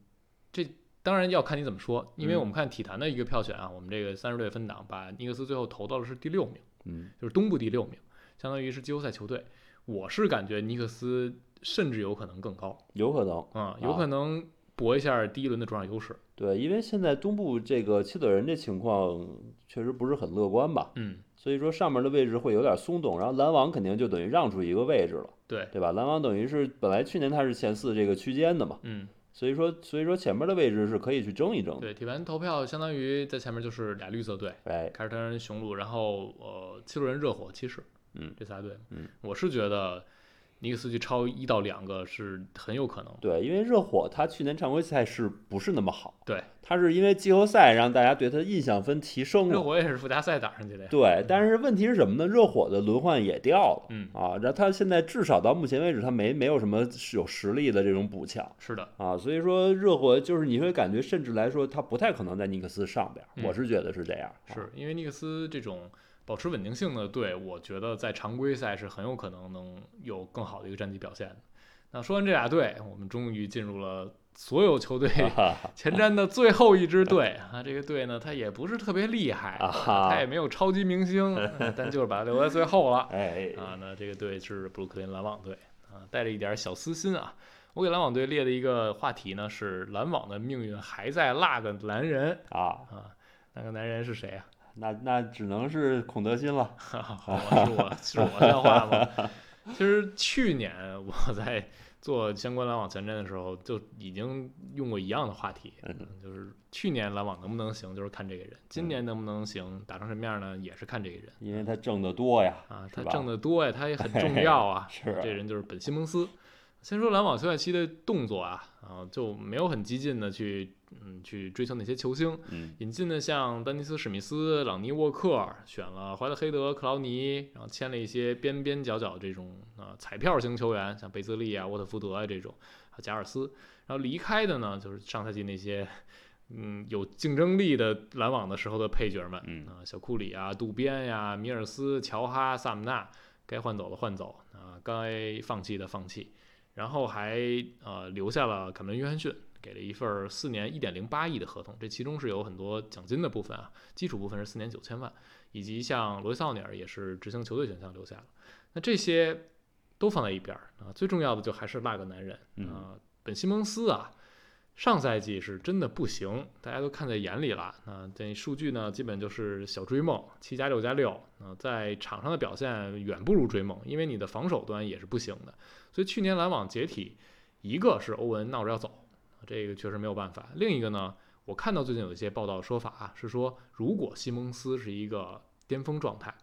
Speaker 1: 这当然要看你怎么说，因为
Speaker 2: 嗯
Speaker 1: 我们看体坛的一个票选啊，我们这个三十队分档把尼克斯最后投到的是第六名，
Speaker 2: 嗯
Speaker 1: 就是东部第六名，相当于是季后赛球队。我是感觉尼克斯甚至有可能更高
Speaker 2: 有可能。
Speaker 1: 啊、有
Speaker 2: 啊
Speaker 1: 可能搏一下第一轮的主场优势。
Speaker 2: 对，因为现在东部这个七九人这情况确实不是很乐观吧，
Speaker 1: 嗯，
Speaker 2: 所以说上面的位置会有点松动，然后篮网肯定就等于让出一个位置了，
Speaker 1: 对，
Speaker 2: 对吧？篮网等于是本来去年它是前四这个区间的嘛，
Speaker 1: 嗯，
Speaker 2: 所以说所以说前面的位置是可以去争一争的，
Speaker 1: 对，体坛投票相当于在前面就是俩绿色队，
Speaker 2: 哎，
Speaker 1: 凯尔特人、雄鹿，然后呃，七六人、热火、骑士，
Speaker 2: 嗯，
Speaker 1: 这仨队，
Speaker 2: 嗯，
Speaker 1: 我是觉得尼克斯去超一到两个是很有可能，
Speaker 2: 对，因为热火他去年常规赛是不是那么好？
Speaker 1: 对，
Speaker 2: 他是因为季后赛让大家对他的印象分提升
Speaker 1: 热
Speaker 2: 了。
Speaker 1: 火也是附加赛打上去的呀，
Speaker 2: 对，但是问题是什么呢？热火的轮换也掉了
Speaker 1: 嗯，
Speaker 2: 啊，然后他现在至少到目前为止，他没没有什么有实力的这种补强
Speaker 1: 是的，
Speaker 2: 啊，所以说热火就是你会感觉，甚至来说他不太可能在尼克斯上边儿，
Speaker 1: 嗯
Speaker 2: 我是觉得是这样。啊
Speaker 1: 是因为尼克斯这种保持稳定性的队，我觉得在常规赛是很有可能能有更好的一个战绩表现的。那说完这俩队，我们终于进入了所有球队前瞻的最后一支队啊，这个队呢，他也不是特别厉害，
Speaker 2: 啊哈
Speaker 1: 他也没有超级明 星，呃但就是把他留在最后了。
Speaker 2: 哎，
Speaker 1: 啊，那这个队是布鲁克林篮网队啊，带着一点小私心啊。我给篮网队列的一个话题呢是篮网的命运还在落个男人
Speaker 2: 啊，
Speaker 1: 啊，那个男人是谁啊？
Speaker 2: 那那只能是孔德辛 了。
Speaker 1: 好吧，是我是我的话吗？其实去年我在做相关篮网前瞻的时候，就已经用过一样的话题，
Speaker 2: 嗯
Speaker 1: 嗯就是去年篮网能不能行，就是看这个人；今年能不能行，打成什么样呢，也是看这个人
Speaker 2: 因为他挣得多呀，
Speaker 1: 啊。
Speaker 2: 是
Speaker 1: 他
Speaker 2: 吧。
Speaker 1: 挣得多呀，他也很重要啊
Speaker 2: 是啊
Speaker 1: 这人就是本西蒙斯。先说篮网休赛期的动作啊，啊就没有很激进的去嗯去追求那些球星，
Speaker 2: 嗯，
Speaker 1: 引进的像丹尼斯·史密斯、朗尼·沃克，选了怀特黑德、克劳尼，然后签了一些边边角角这种啊、呃彩票型球员，像贝兹利啊、沃特福德啊这种，还有贾尔斯。然后离开的呢，就是上赛季那些嗯有竞争力的篮网的时候的配角们，
Speaker 2: 嗯
Speaker 1: 啊、小库里啊、渡边呀、米尔斯、乔哈、萨姆纳，该换走的换走啊、该放弃的放弃。然后还呃留下了凯文·约翰逊，给了一份儿四年一点零八亿的合同，这其中是有很多奖金的部分啊，基础部分是四年九千万，以及像罗伊·奥尼尔也是执行球队选项留下了。那这些都放在一边儿啊，最重要的就还是那个男人
Speaker 2: 嗯
Speaker 1: 啊，本·西蒙斯啊。上赛季是真的不行，大家都看在眼里了。那这数据呢，基本就是小追梦，七加六加六。啊，在场上的表现远不如追梦，因为你的防守端也是不行的。所以去年篮网解体，一个是欧文闹着要走，这个确实没有办法。另一个呢，我看到最近有一些报道说法、啊、是说，如果西蒙斯是一个巅峰状态，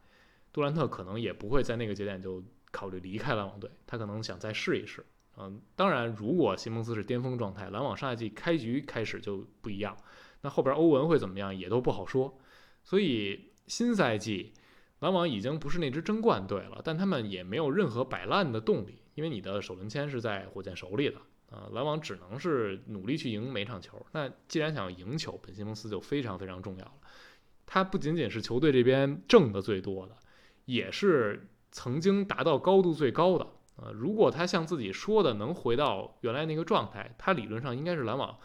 Speaker 1: 杜兰特可能也不会在那个节点就考虑离开篮网队，他可能想再试一试。嗯，当然，如果西蒙斯是巅峰状态，篮网上赛季开局开始就不一样，那后边欧文会怎么样也都不好说。所以新赛季篮网已经不是那支争冠队了，但他们也没有任何摆烂的动力，因为你的首轮签是在火箭手里的啊、篮网只能是努力去赢每场球。那既然想要赢球，本西蒙斯就非常非常重要了。他不仅仅是球队这边挣的最多的，也是曾经达到高度最高的。呃，如果他像自己说的能回到原来那个状态，他理论上应该是篮网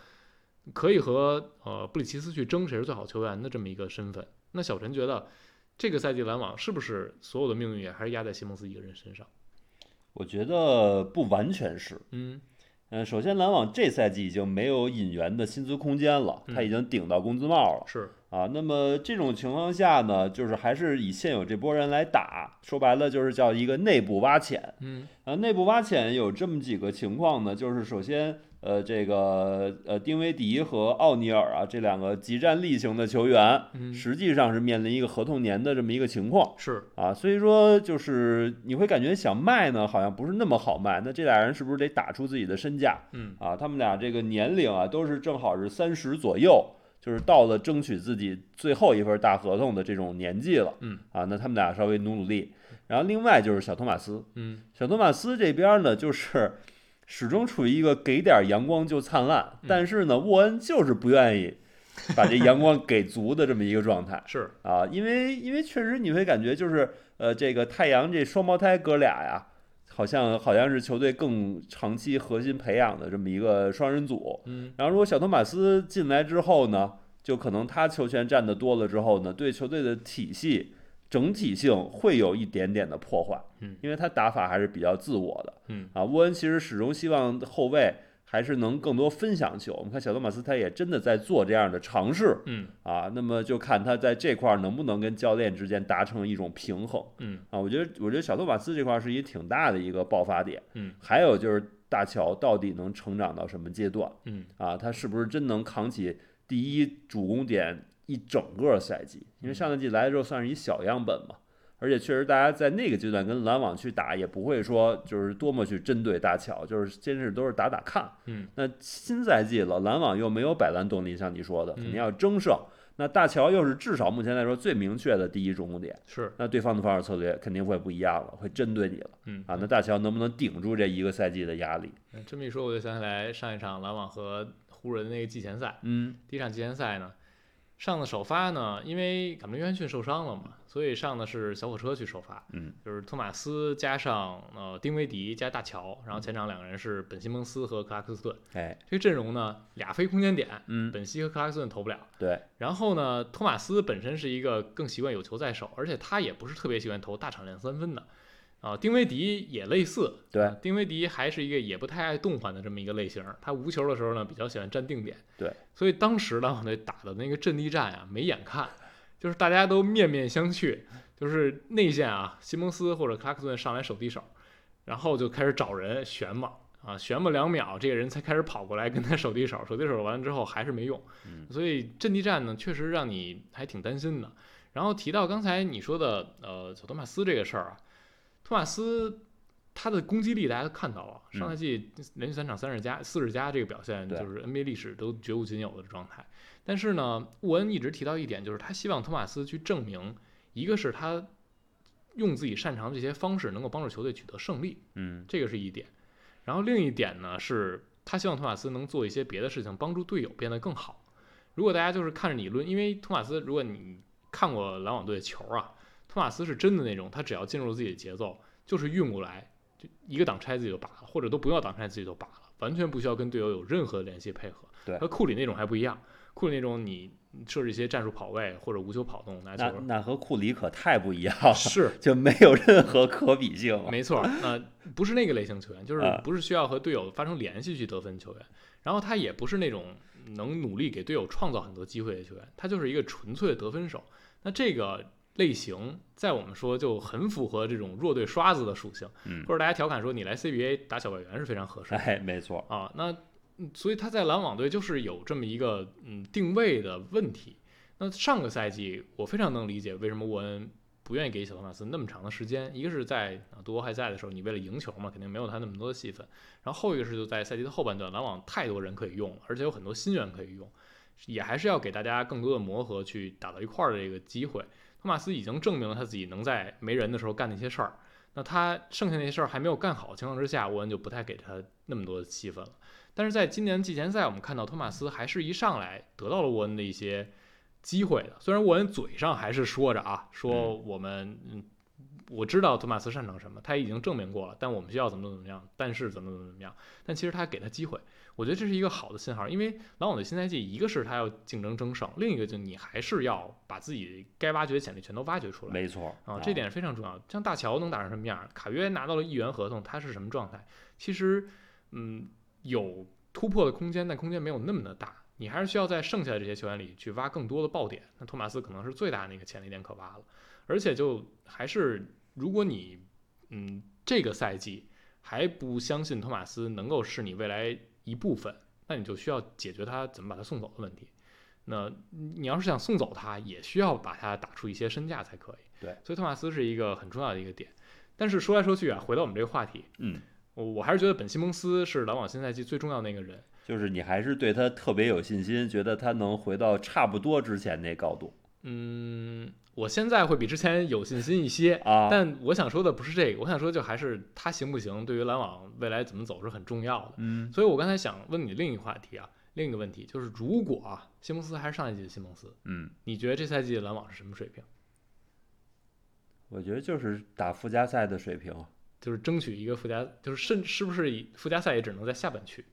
Speaker 1: 可以和呃布里奇斯去争谁是最好球员的这么一个身份。那小陈觉得这个赛季篮网是不是所有的命运也还是压在西蒙斯一个人身上？
Speaker 2: 我觉得不完全是。
Speaker 1: 嗯
Speaker 2: 嗯，首先篮网这赛季已经没有引援的薪资空间了，他
Speaker 1: 嗯
Speaker 2: 已经顶到工资帽了、
Speaker 1: 是，
Speaker 2: 啊。那么这种情况下呢，就是还是以现有这波人来打，说白了就是叫一个内部挖潜
Speaker 1: 嗯
Speaker 2: 啊。内部挖潜有这么几个情况呢，就是首先。呃，这个呃，丁威迪和奥尼尔啊，这两个极战力型的球员，
Speaker 1: 嗯，
Speaker 2: 实际上是面临一个合同年的这么一个情况。
Speaker 1: 是，
Speaker 2: 啊，所以说就是你会感觉想卖呢，好像不是那么好卖。那这俩人是不是得打出自己的身价
Speaker 1: 嗯
Speaker 2: 啊？他们俩这个年龄啊，都是正好是三十左右，就是到了争取自己最后一份大合同的这种年纪了，
Speaker 1: 嗯
Speaker 2: 啊，那他们俩稍微努努力。然后另外就是小托马斯，
Speaker 1: 嗯
Speaker 2: 小托马斯这边呢，就是始终处于一个给点阳光就灿烂，但是呢，沃恩就是不愿意把这阳光给足的这么一个状态
Speaker 1: 是，
Speaker 2: 啊，因为因为确实你会感觉就是呃，这个太阳这双胞胎哥俩呀，好像好像是球队更长期核心培养的这么一个双人组。
Speaker 1: 嗯
Speaker 2: 然后如果小托马斯进来之后呢，就可能他球权占的多了之后呢，对球队的体系整体性会有一点点的破坏。
Speaker 1: 嗯
Speaker 2: 因为他打法还是比较自我的
Speaker 1: 嗯
Speaker 2: 啊。沃恩其实始终希望后卫还是能更多分享球。我们看小托马斯他也真的在做这样的尝试
Speaker 1: 嗯
Speaker 2: 啊，那么就看他在这块儿能不能跟教练之间达成一种平衡
Speaker 1: 嗯
Speaker 2: 啊。我觉得，我觉得小托马斯这块儿是一挺大的一个爆发点。
Speaker 1: 嗯，
Speaker 2: 还有就是大乔到底能成长到什么阶段
Speaker 1: 嗯
Speaker 2: 啊？他是不是真能扛起第一主攻点一整个赛季？因为上赛季来的时候算是一小样本嘛。而且确实，大家在那个阶段跟篮网去打，也不会说就是多么去针对大乔，就是先是都是打打看。
Speaker 1: 嗯，
Speaker 2: 那新赛季了，篮网又没有摆烂动力，像你说的，
Speaker 1: 嗯
Speaker 2: 肯定要争胜。那大乔又是至少目前来说最明确的第一中攻点，
Speaker 1: 是，
Speaker 2: 那对方的防守策略肯定会不一样了，会针对你了
Speaker 1: 嗯
Speaker 2: 啊。那大乔能不能顶住这一个赛季的压力？
Speaker 1: 嗯这么一说，我就想起来上一场篮网和湖人那个季前赛，
Speaker 2: 嗯
Speaker 1: 第一场季前赛呢，上的首发呢，因为卡梅伦·约翰逊受伤了嘛，所以上的是小火车去首发，
Speaker 2: 嗯，
Speaker 1: 就是托马斯加上呃丁威迪加大乔，然后前场两个人是本西蒙斯和克拉克斯顿，
Speaker 2: 哎，
Speaker 1: 这个阵容呢俩非空间点，
Speaker 2: 嗯，
Speaker 1: 本西和克拉克斯顿投不了。
Speaker 2: 对，
Speaker 1: 然后呢，托马斯本身是一个更习惯有球在手，而且他也不是特别喜欢投大场面三分的。啊、丁威迪也类似，
Speaker 2: 对
Speaker 1: 啊丁威迪还是一个也不太爱动换的这么一个类型。他无球的时候呢，比较喜欢站定点。
Speaker 2: 对，
Speaker 1: 所以当时呢，那打的那个阵地战啊，没眼看，就是大家都面面相觑，就是内线啊，西蒙斯或者克拉克顿上来手递手，然后就开始找人旋嘛，啊，旋吧两秒，这个人才开始跑过来跟他手递手，手递手完了之后还是没用，
Speaker 2: 嗯
Speaker 1: 所以阵地战呢，确实让你还挺担心的。然后提到刚才你说的，呃，小托马斯这个事儿啊，托马斯他的攻击力大家都看到了，上赛季连续三场三十加、四十加这个表现，
Speaker 2: 对
Speaker 1: 就是 NBA 历史都绝无仅有的状态。但是呢，沃恩一直提到一点，就是他希望托马斯去证明，一个是他用自己擅长的这些方式能够帮助球队取得胜利，
Speaker 2: 嗯
Speaker 1: 这个是一点。然后另一点呢，是他希望托马斯能做一些别的事情，帮助队友变得更好。如果大家就是看着理论，因为托马斯，如果你看过篮网队的球啊，托马斯是真的那种，他只要进入自己的节奏，就是运过来，就一个挡拆自己就拔了，或者都不要挡拆自己就拔了，完全不需要跟队友有任何联系配合。
Speaker 2: 对
Speaker 1: 和库里那种还不一样，库里那种你设置一些战术跑位或者无球跑动拿
Speaker 2: 那
Speaker 1: 球，
Speaker 2: 那和库里可太不一样了，
Speaker 1: 是
Speaker 2: 就没有任何可比性了。
Speaker 1: 没错，呃，不是那个类型球员，就是
Speaker 2: 啊
Speaker 1: 不是需要和队友发生联系去得分球员。然后他也不是那种能努力给队友创造很多机会的球员，他就是一个纯粹的得分手。那这个类型在我们说就很符合这种弱队刷子的属性，
Speaker 2: 嗯
Speaker 1: 或者大家调侃说你来 CBA 打小外援是非常合适的。
Speaker 2: 哎，没错，
Speaker 1: 啊，那嗯所以他在篮网队就是有这么一个嗯定位的问题。那上个赛季我非常能理解为什么沃恩不愿意给小托马斯那么长的时间，一个是在啊杜欧还在的时候，你为了赢球嘛，肯定没有他那么多的戏份。然后后一个是就在赛季的后半段，篮网太多人可以用了，而且有很多新援可以用，也还是要给大家更多的磨合去打到一块儿的这个机会。托马斯已经证明了他自己能在没人的时候干那些事儿，那他剩下那些事儿还没有干好的情况之下，沃恩就不太给他那么多的戏份了。但是在今年季前赛，我们看到托马斯还是一上来得到了沃恩的一些机会的。虽然沃恩嘴上还是说着啊，说我们嗯，我知道托马斯擅长什么，他已经证明过了，但我们需要怎么怎么样，但是怎么怎么怎么样。但其实他给他机会，我觉得这是一个好的信号，因为篮网的新赛季，一个是他要竞争争胜，另一个就你还是要把自己该挖掘的潜力全都挖掘出来。
Speaker 2: 没错
Speaker 1: 啊，这点是非常重要。像大乔能打成什么样儿，卡约拿到了一元合同，他是什么状态？其实，嗯，有突破的空间，但空间没有那么的大。你还是需要在剩下的这些球员里去挖更多的爆点。那托马斯可能是最大的那个潜力点可挖了，而且就还是如果你，嗯，这个赛季还不相信托马斯能够是你未来一部分，那你就需要解决他怎么把他送走的问题。那你要是想送走他，也需要把他打出一些身价才可以。所以托马斯是一个很重要的一个点。但是说来说去啊，回到我们这个话题，
Speaker 2: 嗯，
Speaker 1: 我我还是觉得本西蒙斯是篮网新赛季最重要的那个人。
Speaker 2: 就是你还是对他特别有信心，觉得他能回到差不多之前那高度
Speaker 1: 嗯，我现在会比之前有信心一些，
Speaker 2: 啊？
Speaker 1: 但我想说的不是这个，我想说就还是他行不行，对于篮网未来怎么走是很重要的。
Speaker 2: 嗯
Speaker 1: 所以我刚才想问你另一个话题啊，另一个问题就是，如果啊，西蒙斯还是上一季的西蒙斯，
Speaker 2: 嗯，
Speaker 1: 你觉得这赛季的篮网是什么水平？
Speaker 2: 我觉得就是打附加赛的水平，
Speaker 1: 就是争取一个附加，就是甚是不是以附加赛也只能在下半区？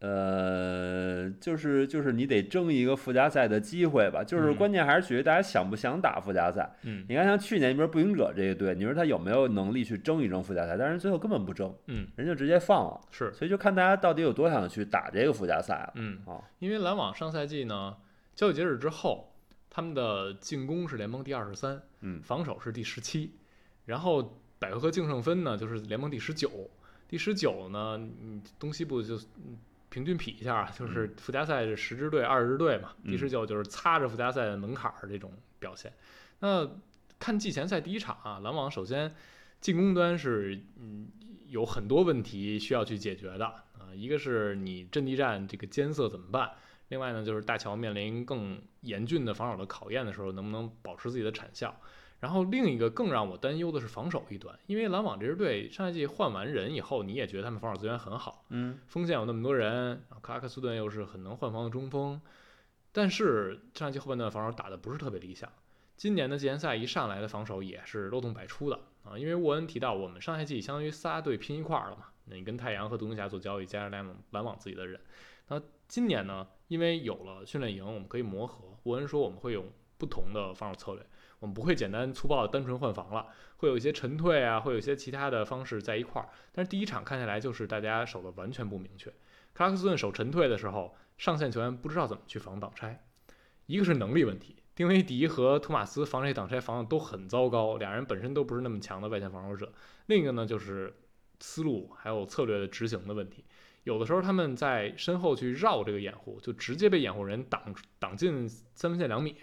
Speaker 2: 呃，就是就是你得争一个附加赛的机会吧，就是
Speaker 1: 嗯
Speaker 2: 关键还是取决于大家想不想打附加赛。
Speaker 1: 嗯
Speaker 2: 你看像去年，你比如步行者这一队，你说他有没有能力去争一争附加赛？但是最后根本不争，
Speaker 1: 嗯，
Speaker 2: 人就直接放了，
Speaker 1: 是，
Speaker 2: 所以就看大家到底有多想去打这个附加赛了。
Speaker 1: 嗯
Speaker 2: 啊，
Speaker 1: 因为篮网上赛季呢，交易截止之后，他们的进攻是联盟第二十三，
Speaker 2: 嗯
Speaker 1: 防守是第十七，然后百回合净胜分呢就是联盟第十九，第十九呢，嗯，东西部就嗯平均比一下啊，就是附加赛是十支队、二十支队嘛，第
Speaker 2: 嗯
Speaker 1: 十九就是擦着附加赛的门槛儿这种表现。那看季前赛第一场啊，篮网首先进攻端是嗯有很多问题需要去解决的啊、一个是你阵地战这个艰涩怎么办？另外呢，就是大乔面临更严峻的防守的考验的时候，能不能保持自己的产效？然后另一个更让我担忧的是防守一端，因为篮网这支队上赛季换完人以后，你也觉得他们防守资源很好，
Speaker 2: 嗯
Speaker 1: 锋线有那么多人，然后克拉克斯顿又是很能换防的中锋，但是上一季后半段防守打得不是特别理想。今年的季前赛一上来的防守也是漏洞百出的啊，因为沃恩提到我们上赛季相当于仨队拼一块儿了嘛，那你跟太阳和独行侠做交易，加上篮网篮网自己的人，那今年呢，因为有了训练营，我们可以磨合。沃恩说我们会有不同的防守策略，我们不会简单粗暴的单纯换防了，会有一些沉退啊，会有一些其他的方式在一块儿。但是第一场看下来就是大家守的完全不明确。克拉克斯顿守沉退的时候，上线球员不知道怎么去防挡拆，一个是能力问题，丁威迪和托马斯防这挡拆防的都很糟糕，俩人本身都不是那么强的外线防守者。另一个呢就是思路还有策略的执行的问题。有的时候他们在身后去绕这个掩护，就直接被掩护人挡挡进三分线两米，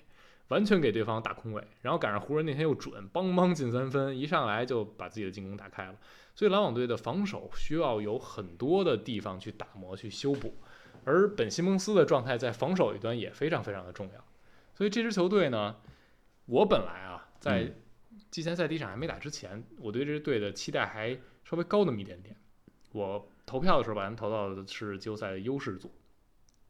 Speaker 1: 完全给对方打空位。然后赶上湖人那天又准，邦邦进三分，一上来就把自己的进攻打开了。所以篮网队的防守需要有很多的地方去打磨、去修补，而本西蒙斯的状态在防守一端也非常非常的重要。所以这支球队呢，我本来啊在
Speaker 2: 嗯
Speaker 1: 季前赛第一场还没打之前，我对这支队的期待还稍微高那么一点点。我投票的时候把他们投到的是季后赛的优势组，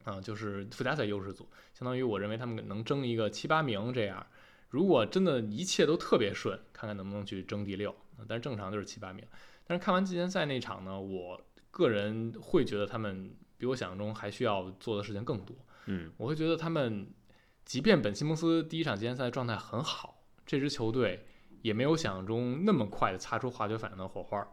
Speaker 1: 啊、就是附加赛优势组，相当于我认为他们能争一个七八名这样。如果真的一切都特别顺，看看能不能去争第六。啊但是正常就是七八名。但是看完季前赛那场呢，我个人会觉得他们比我想象中还需要做的事情更多。
Speaker 2: 嗯
Speaker 1: 我会觉得他们，即便本西蒙斯第一场季前赛状态很好，这支球队也没有想象中那么快的擦出化学反应的火花儿，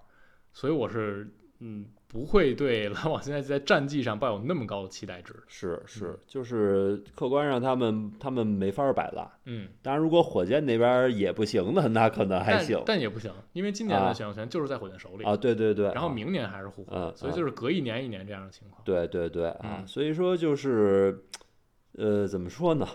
Speaker 1: 所以我是嗯不会对篮网现在在战绩上抱有那么高的期待值的。
Speaker 2: 是
Speaker 1: 嗯
Speaker 2: 是，就是客观上他们他们没法儿摆烂。
Speaker 1: 嗯，
Speaker 2: 当然，如果火箭那边儿也不行的，那可能还
Speaker 1: 但
Speaker 2: 行
Speaker 1: 但也不行，因为今年的
Speaker 2: 啊
Speaker 1: 选秀权就是在火箭手里，
Speaker 2: 啊。对对对，
Speaker 1: 然后
Speaker 2: 啊
Speaker 1: 明年还是互换，
Speaker 2: 嗯
Speaker 1: 所以
Speaker 2: 嗯
Speaker 1: 就是隔一年一年这样的情况。
Speaker 2: 对对对啊，
Speaker 1: 嗯
Speaker 2: 所以说就是，呃，怎么说呢？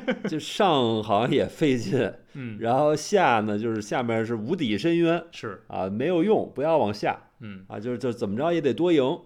Speaker 2: 就上好像也费劲，
Speaker 1: 嗯，
Speaker 2: 然后下呢就是下面是无底深渊
Speaker 1: 是，
Speaker 2: 啊，没有用，不要往下
Speaker 1: 嗯，
Speaker 2: 啊，就是就是怎么着也得多赢。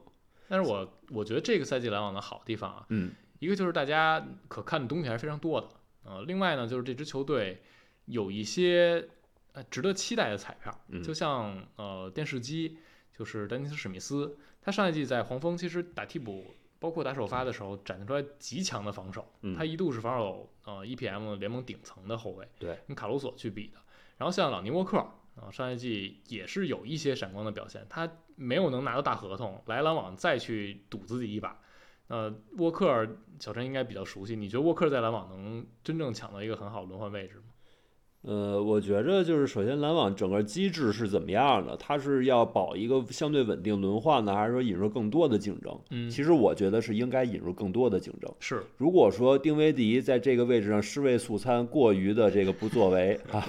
Speaker 1: 但是我我觉得这个赛季篮网的好地方啊，
Speaker 2: 嗯
Speaker 1: 一个就是大家可看的东西还是非常多的，呃，另外呢就是这支球队有一些呃值得期待的彩票，
Speaker 2: 嗯
Speaker 1: 就像呃电视机，就是丹尼斯史密斯，他上一季在黄蜂其实打替补，包括打首发的时候展现出来极强的防守，
Speaker 2: 嗯
Speaker 1: 他一度是防守呃 EPM 联盟顶层的后卫，
Speaker 2: 对，
Speaker 1: 跟卡鲁索去比的。然后像朗尼沃克啊，上一季也是有一些闪光的表现，他没有能拿到大合同，来篮网再去赌自己一把。呃，沃克小陈应该比较熟悉，你觉得沃克在篮网能真正抢到一个很好的轮换位置吗？
Speaker 2: 呃，我觉着就是首先篮网整个机制是怎么样的？它是要保一个相对稳定轮换呢，还是说引入更多的竞争？
Speaker 1: 嗯
Speaker 2: 其实我觉得是应该引入更多的竞争。
Speaker 1: 是，
Speaker 2: 如果说丁威迪在这个位置上尸位素餐，过于的这个不作为 啊，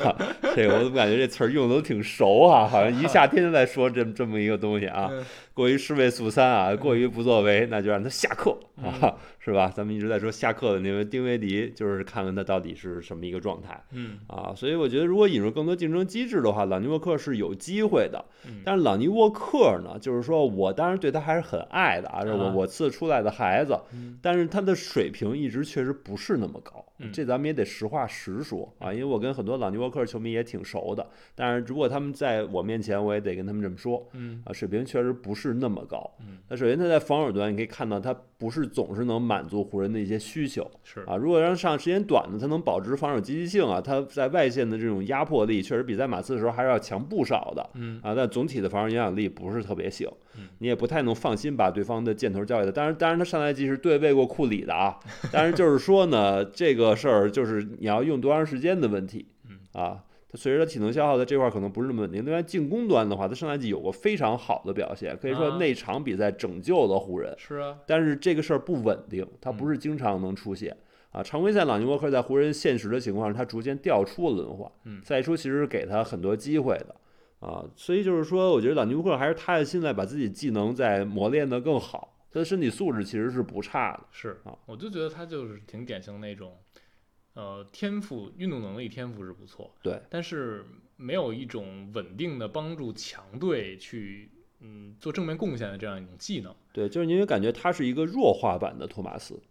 Speaker 2: 这个我怎么感觉这词儿用的都挺熟啊？好像一夏天就在说这么这么一个东西啊
Speaker 1: 嗯，
Speaker 2: 过于尸位素餐啊，过于不作为，那就让他下课啊， 是吧？咱们一直在说下课的那个丁威迪，就是看看他到底是什么一个状态
Speaker 1: 嗯
Speaker 2: 啊。所所以我觉得，如果引入更多竞争机制的话，朗尼沃克是有机会的。
Speaker 1: 嗯
Speaker 2: 但是朗尼沃克呢，就是说我当然对他还是很爱的啊，这我
Speaker 1: 啊
Speaker 2: 我次出来的孩子，
Speaker 1: 嗯
Speaker 2: 但是他的水平一直确实不是那么高
Speaker 1: 嗯，
Speaker 2: 这咱们也得实话实说啊。因为我跟很多朗尼沃克球迷也挺熟的，但是如果他们在我面前，我也得跟他们这么说
Speaker 1: 嗯
Speaker 2: 啊，水平确实不是那么高
Speaker 1: 嗯。
Speaker 2: 那首先他在防守端，你可以看到他不是总是能满足湖人的一些需求，
Speaker 1: 是
Speaker 2: 啊，如果让上时间短的，他能保持防守积极性啊，他在外线的这种压迫力确实比在马刺的时候还是要强不少的
Speaker 1: 嗯
Speaker 2: 啊，但总体的防守影响力不是特别行
Speaker 1: 嗯，
Speaker 2: 你也不太能放心把对方的箭头交给他。当然，当然他上赛季是对位过库里 的啊，但是就是说呢，这个事儿就是你要用多长时间的问题
Speaker 1: 嗯
Speaker 2: 啊。他随着他体能消耗，在这块儿可能不是那么稳定。另外，进攻端的话，他上赛季有过非常好的表现，可以
Speaker 1: 啊
Speaker 2: 说那场比赛拯救了湖人。
Speaker 1: 是啊，
Speaker 2: 但是这个事儿不稳定，它不是经常能出现。啊，常规赛朗尼沃克在湖人现实的情况，下，他逐渐掉出了轮换
Speaker 1: 嗯，
Speaker 2: 赛出其实是给他很多机会的啊，所以就是说，我觉得朗尼沃克还是踏下心来，把自己技能再磨练得更好，他的身体素质其实是不差的。
Speaker 1: 是
Speaker 2: 啊，
Speaker 1: 我就觉得他就是挺典型那种，呃，天赋、运动能力、天赋是不错，
Speaker 2: 对，
Speaker 1: 但是没有一种稳定的帮助强队去嗯做正面贡献的这样一种技能。
Speaker 2: 对，就是因为感觉他是一个弱化版的托马 斯，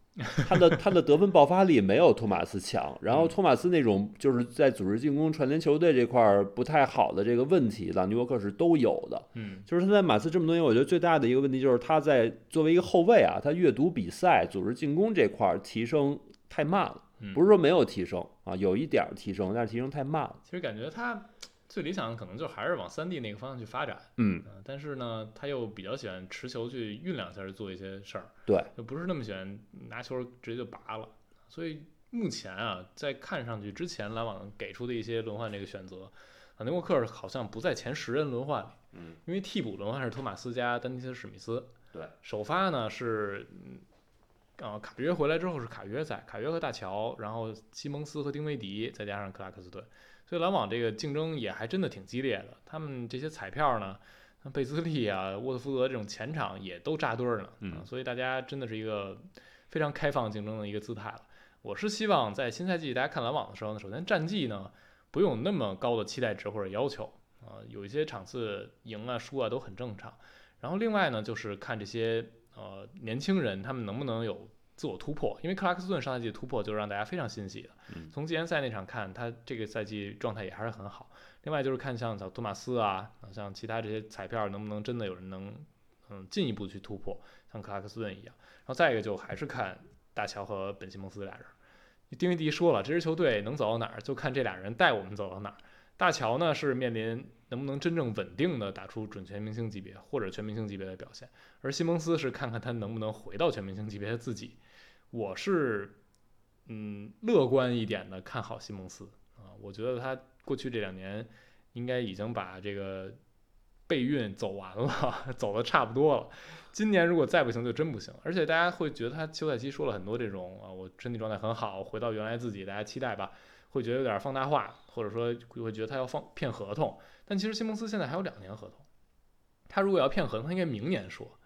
Speaker 2: 他的他的得分爆发力没有托马斯强，然后托马斯那种就是在组织进攻、串联球队这块儿不太好的这个问题，朗尼沃克是都有的。
Speaker 1: 嗯
Speaker 2: 就是他在马刺这么多年，我觉得最大的一个问题就是他在作为一个后卫啊，他阅读比赛、组织进攻这块儿提升太慢了，
Speaker 1: 嗯，
Speaker 2: 不是说没有提升啊，有一点儿提升，但是提升太慢了。
Speaker 1: 其实感觉他最理想的可能就还是往三 D 那个方向去发展，
Speaker 2: 嗯，
Speaker 1: 呃但是呢，他又比较喜欢持球去酝酿一下去做一些事儿，
Speaker 2: 对，
Speaker 1: 就不是那么喜欢拿球直接就拔了。所以目前啊，在看上去之前篮网给出的一些轮换这个选择，啊，尼沃克尔好像不在前十人轮换里，
Speaker 2: 嗯，
Speaker 1: 因为替补轮换是托马斯加丹尼斯史密斯，
Speaker 2: 对，
Speaker 1: 首发呢是嗯。啊，卡约回来之后是卡约在，卡约和大乔，然后西蒙斯和丁威迪，再加上克拉克斯顿，所以篮网这个竞争也还真的挺激烈的。他们这些彩票呢，像贝兹利啊、沃特福德这种前场也都扎堆儿呢，
Speaker 2: 嗯
Speaker 1: 啊所以大家真的是一个非常开放竞争的一个姿态了。我是希望在新赛季大家看篮网的时候呢，首先战绩呢不用有那么高的期待值或者要求啊、有一些场次赢啊输啊都很正常。然后另外呢，就是看这些呃年轻人他们能不能有自我突破，因为克拉克斯顿上赛季的突破就是让大家非常欣喜的。
Speaker 2: 嗯
Speaker 1: 从季前赛那场看，他这个赛季状态也还是很好。另外就是看像小托马斯啊，啊像其他这些彩票能不能真的有人能嗯进一步去突破，像克拉克斯顿一样。然后再一个就还是看大乔和本西蒙斯俩人。丁威迪说了，这支球队能走到哪儿，就看这俩人带我们走到哪儿。大乔呢是面临能不能真正稳定的打出准全明星级别或者全明星级别的表现，而西蒙斯是看看他能不能回到全明星级别的自己。我是嗯乐观一点的看好西蒙斯啊，我觉得他过去这两年应该已经把这个备孕走完了， 走的差不多了。今年如果再不行就真不行，而且大家会觉得他休赛期说了很多这种啊，我身体状态很好，回到原来自己，大家期待吧，会觉得有点放大化，或者说会觉得他要放骗合同。但其实西蒙斯现在还有两年合同，他如果要骗合同，他应该明年说。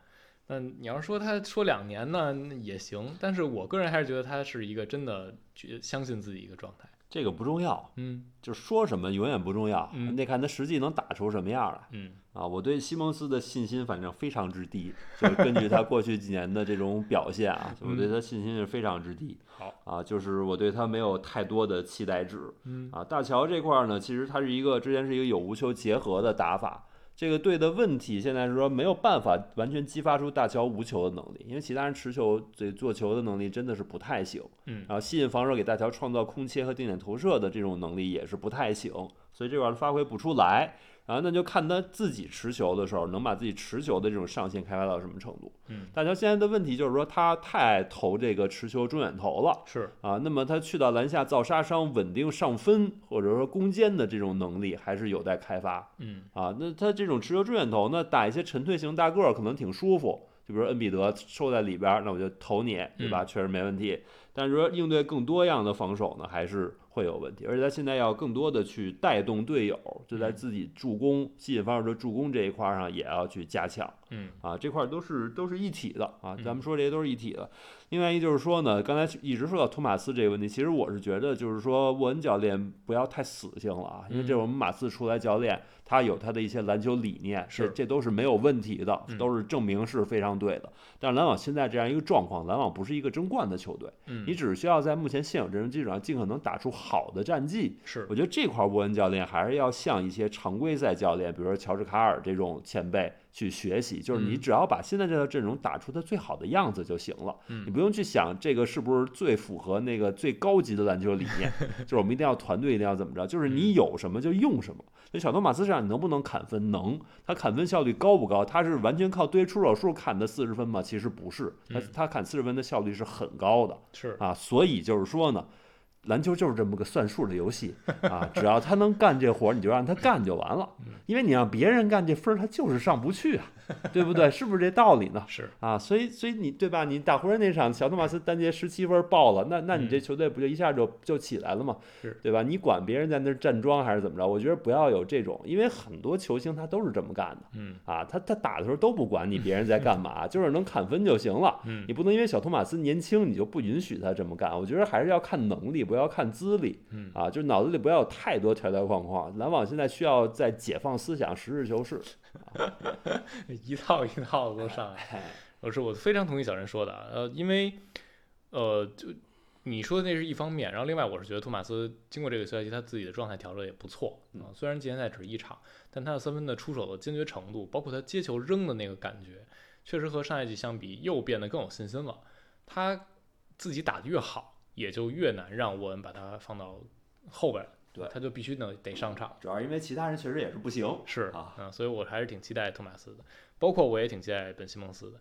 Speaker 1: 那你要说他说两年呢那也行，但是我个人还是觉得他是一个真的觉相信自己一个状态。
Speaker 2: 这个不重要，
Speaker 1: 嗯
Speaker 2: 就说什么永远不重要，
Speaker 1: 嗯
Speaker 2: 你得看他实际能打出什么样来。
Speaker 1: 嗯
Speaker 2: 啊，我对西蒙斯的信心反正非常之低，就是根据他过去几年的这种表 现啊，我对他信心是非常之低。
Speaker 1: 嗯好，
Speaker 2: 啊，就是我对他没有太多的期待值。
Speaker 1: 嗯
Speaker 2: 啊，大乔这块儿呢，其实它是一个之前是一个有无球结合的打法。这个队的问题现在是说没有办法完全激发出大乔无球的能力，因为其他人持球对做球的能力真的是不太行，
Speaker 1: 嗯
Speaker 2: 然后吸引防守给大乔创造空切和定点投射的这种能力也是不太行，所以这块儿发挥不出来。然后那就看他自己持球的时候能把自己持球的这种上限开发到什么程度。
Speaker 1: 嗯，
Speaker 2: 大乔现在的问题就是说他太投这个持球中远投了，
Speaker 1: 是
Speaker 2: 啊，那么他去到篮下造杀伤、稳定上分或者说攻坚的这种能力还是有待开发
Speaker 1: 嗯
Speaker 2: 啊。那他这种持球中远投呢，打一些沉退型大
Speaker 1: 嗯
Speaker 2: 个儿可能挺舒服，就比如恩比德收在里边儿，那我就投你，对吧？确实没问题。但是说应对更多样的防守呢，还是会有问题。而且他现在要更多的去带动队友，就
Speaker 1: 嗯
Speaker 2: 在自己助攻、吸引防守者助攻这一块儿上也要去加强
Speaker 1: 嗯
Speaker 2: 啊，这块儿都是都是一体的啊。
Speaker 1: 嗯
Speaker 2: 咱们说这些都是一体的。另外一就是说呢，刚才一直说到托马斯这个问题，其实我是觉得就是说沃恩教练不要太死性了啊，因为这
Speaker 1: 嗯
Speaker 2: 我们马刺出来教练，他有他的一些篮球理念，这
Speaker 1: 是
Speaker 2: 这都是没有问题的
Speaker 1: 嗯，
Speaker 2: 都是证明是非常对的。但是篮网现在这样一个状况，篮网不是一个争冠的球队。你
Speaker 1: 嗯，
Speaker 2: 只需要在目前现有阵容基础上，尽可能打出好的战绩。
Speaker 1: 是
Speaker 2: 我觉得这块沃恩教练还是要向一些常规赛教练，比如说乔治卡尔这种前辈去学习，就是你
Speaker 1: 嗯
Speaker 2: 只要把现在这套阵容打出它最好的样子就行了，
Speaker 1: 嗯
Speaker 2: 你不用去想这个是不是最符合那个最高级的篮球理 念，就是我们一定要团队一定要怎么着，就是
Speaker 1: 嗯
Speaker 2: 你有什么就用什么。那小托马斯上你能不能砍分？能，他砍分效率高不高？他是完全靠堆出手数砍的四十分吗？其实不是，他
Speaker 1: 嗯
Speaker 2: 他砍四十分的效率是很高的。
Speaker 1: 是，
Speaker 2: 啊，所以就是说呢，篮球就是这么个算数的游戏啊，只要他能干这活儿，你就让他干就完了
Speaker 1: 嗯，
Speaker 2: 因为你让别人干这分儿，他就是上不去啊，对不对？是不是这道理呢？
Speaker 1: 是，
Speaker 2: 啊，所以所以你对吧？你打湖人那场，小托马斯单节十七分爆了，那那你这
Speaker 1: 嗯
Speaker 2: 球队不就一下就就起来了嘛
Speaker 1: 是，
Speaker 2: 对吧？你管别人在那儿站桩还是怎么着？我觉得不要有这种，因为很多球星他都是这么干的
Speaker 1: 嗯
Speaker 2: 啊，他他打的时候都不管你别人在干嘛， 就是能砍分就行了。
Speaker 1: 嗯
Speaker 2: 你不能因为小托马斯年轻，你就不允许他这么干。我觉得还是要看能力，不要看资历
Speaker 1: 嗯，
Speaker 2: 啊，就是脑子里不要有太多条条框框。篮网现在需要在解放思想，实事求是。
Speaker 1: 一套一套的都上来。
Speaker 2: 哎
Speaker 1: 我呃是我非常同意小陈说的啊，呃，因为呃，就你说的那是一方面，然后另外我是觉得托马斯经过这个休赛期，他自己的状态调整也不错啊、虽然季前赛只一场，但他的三分的出手的坚决程度，包括他接球扔的那个感觉，确实和上赛季相比又变得更有信心了。他自己打得越好，也就越难让沃恩把他放到后边来，
Speaker 2: 对
Speaker 1: 他就必须得得上场。
Speaker 2: 主要是因为其他人确实也是不行。
Speaker 1: 是
Speaker 2: 啊
Speaker 1: 所以我还是挺期待托马斯的，包括我也挺期待本西蒙斯的。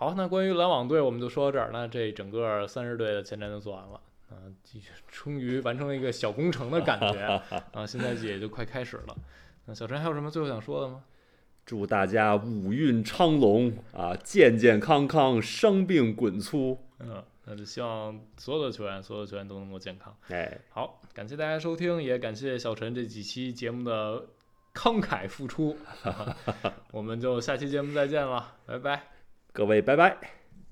Speaker 1: 好，那关于篮网队我们就说到这儿，那这整个三支队的前瞻就做完了。啊，继续终于完成了一个小工程的感觉啊！现在也就快开始了。那小陈还有什么最后想说的吗？
Speaker 2: 祝大家五运昌隆啊，健健康康，伤病滚粗。
Speaker 1: 嗯，那就希望所有的球员，所有的球员都能够健康。
Speaker 2: 哎，
Speaker 1: 好，感谢大家收听，也感谢小陈这几期节目的慷慨 付出。啊我们就下期节目再见了，拜拜。
Speaker 2: 各位拜拜。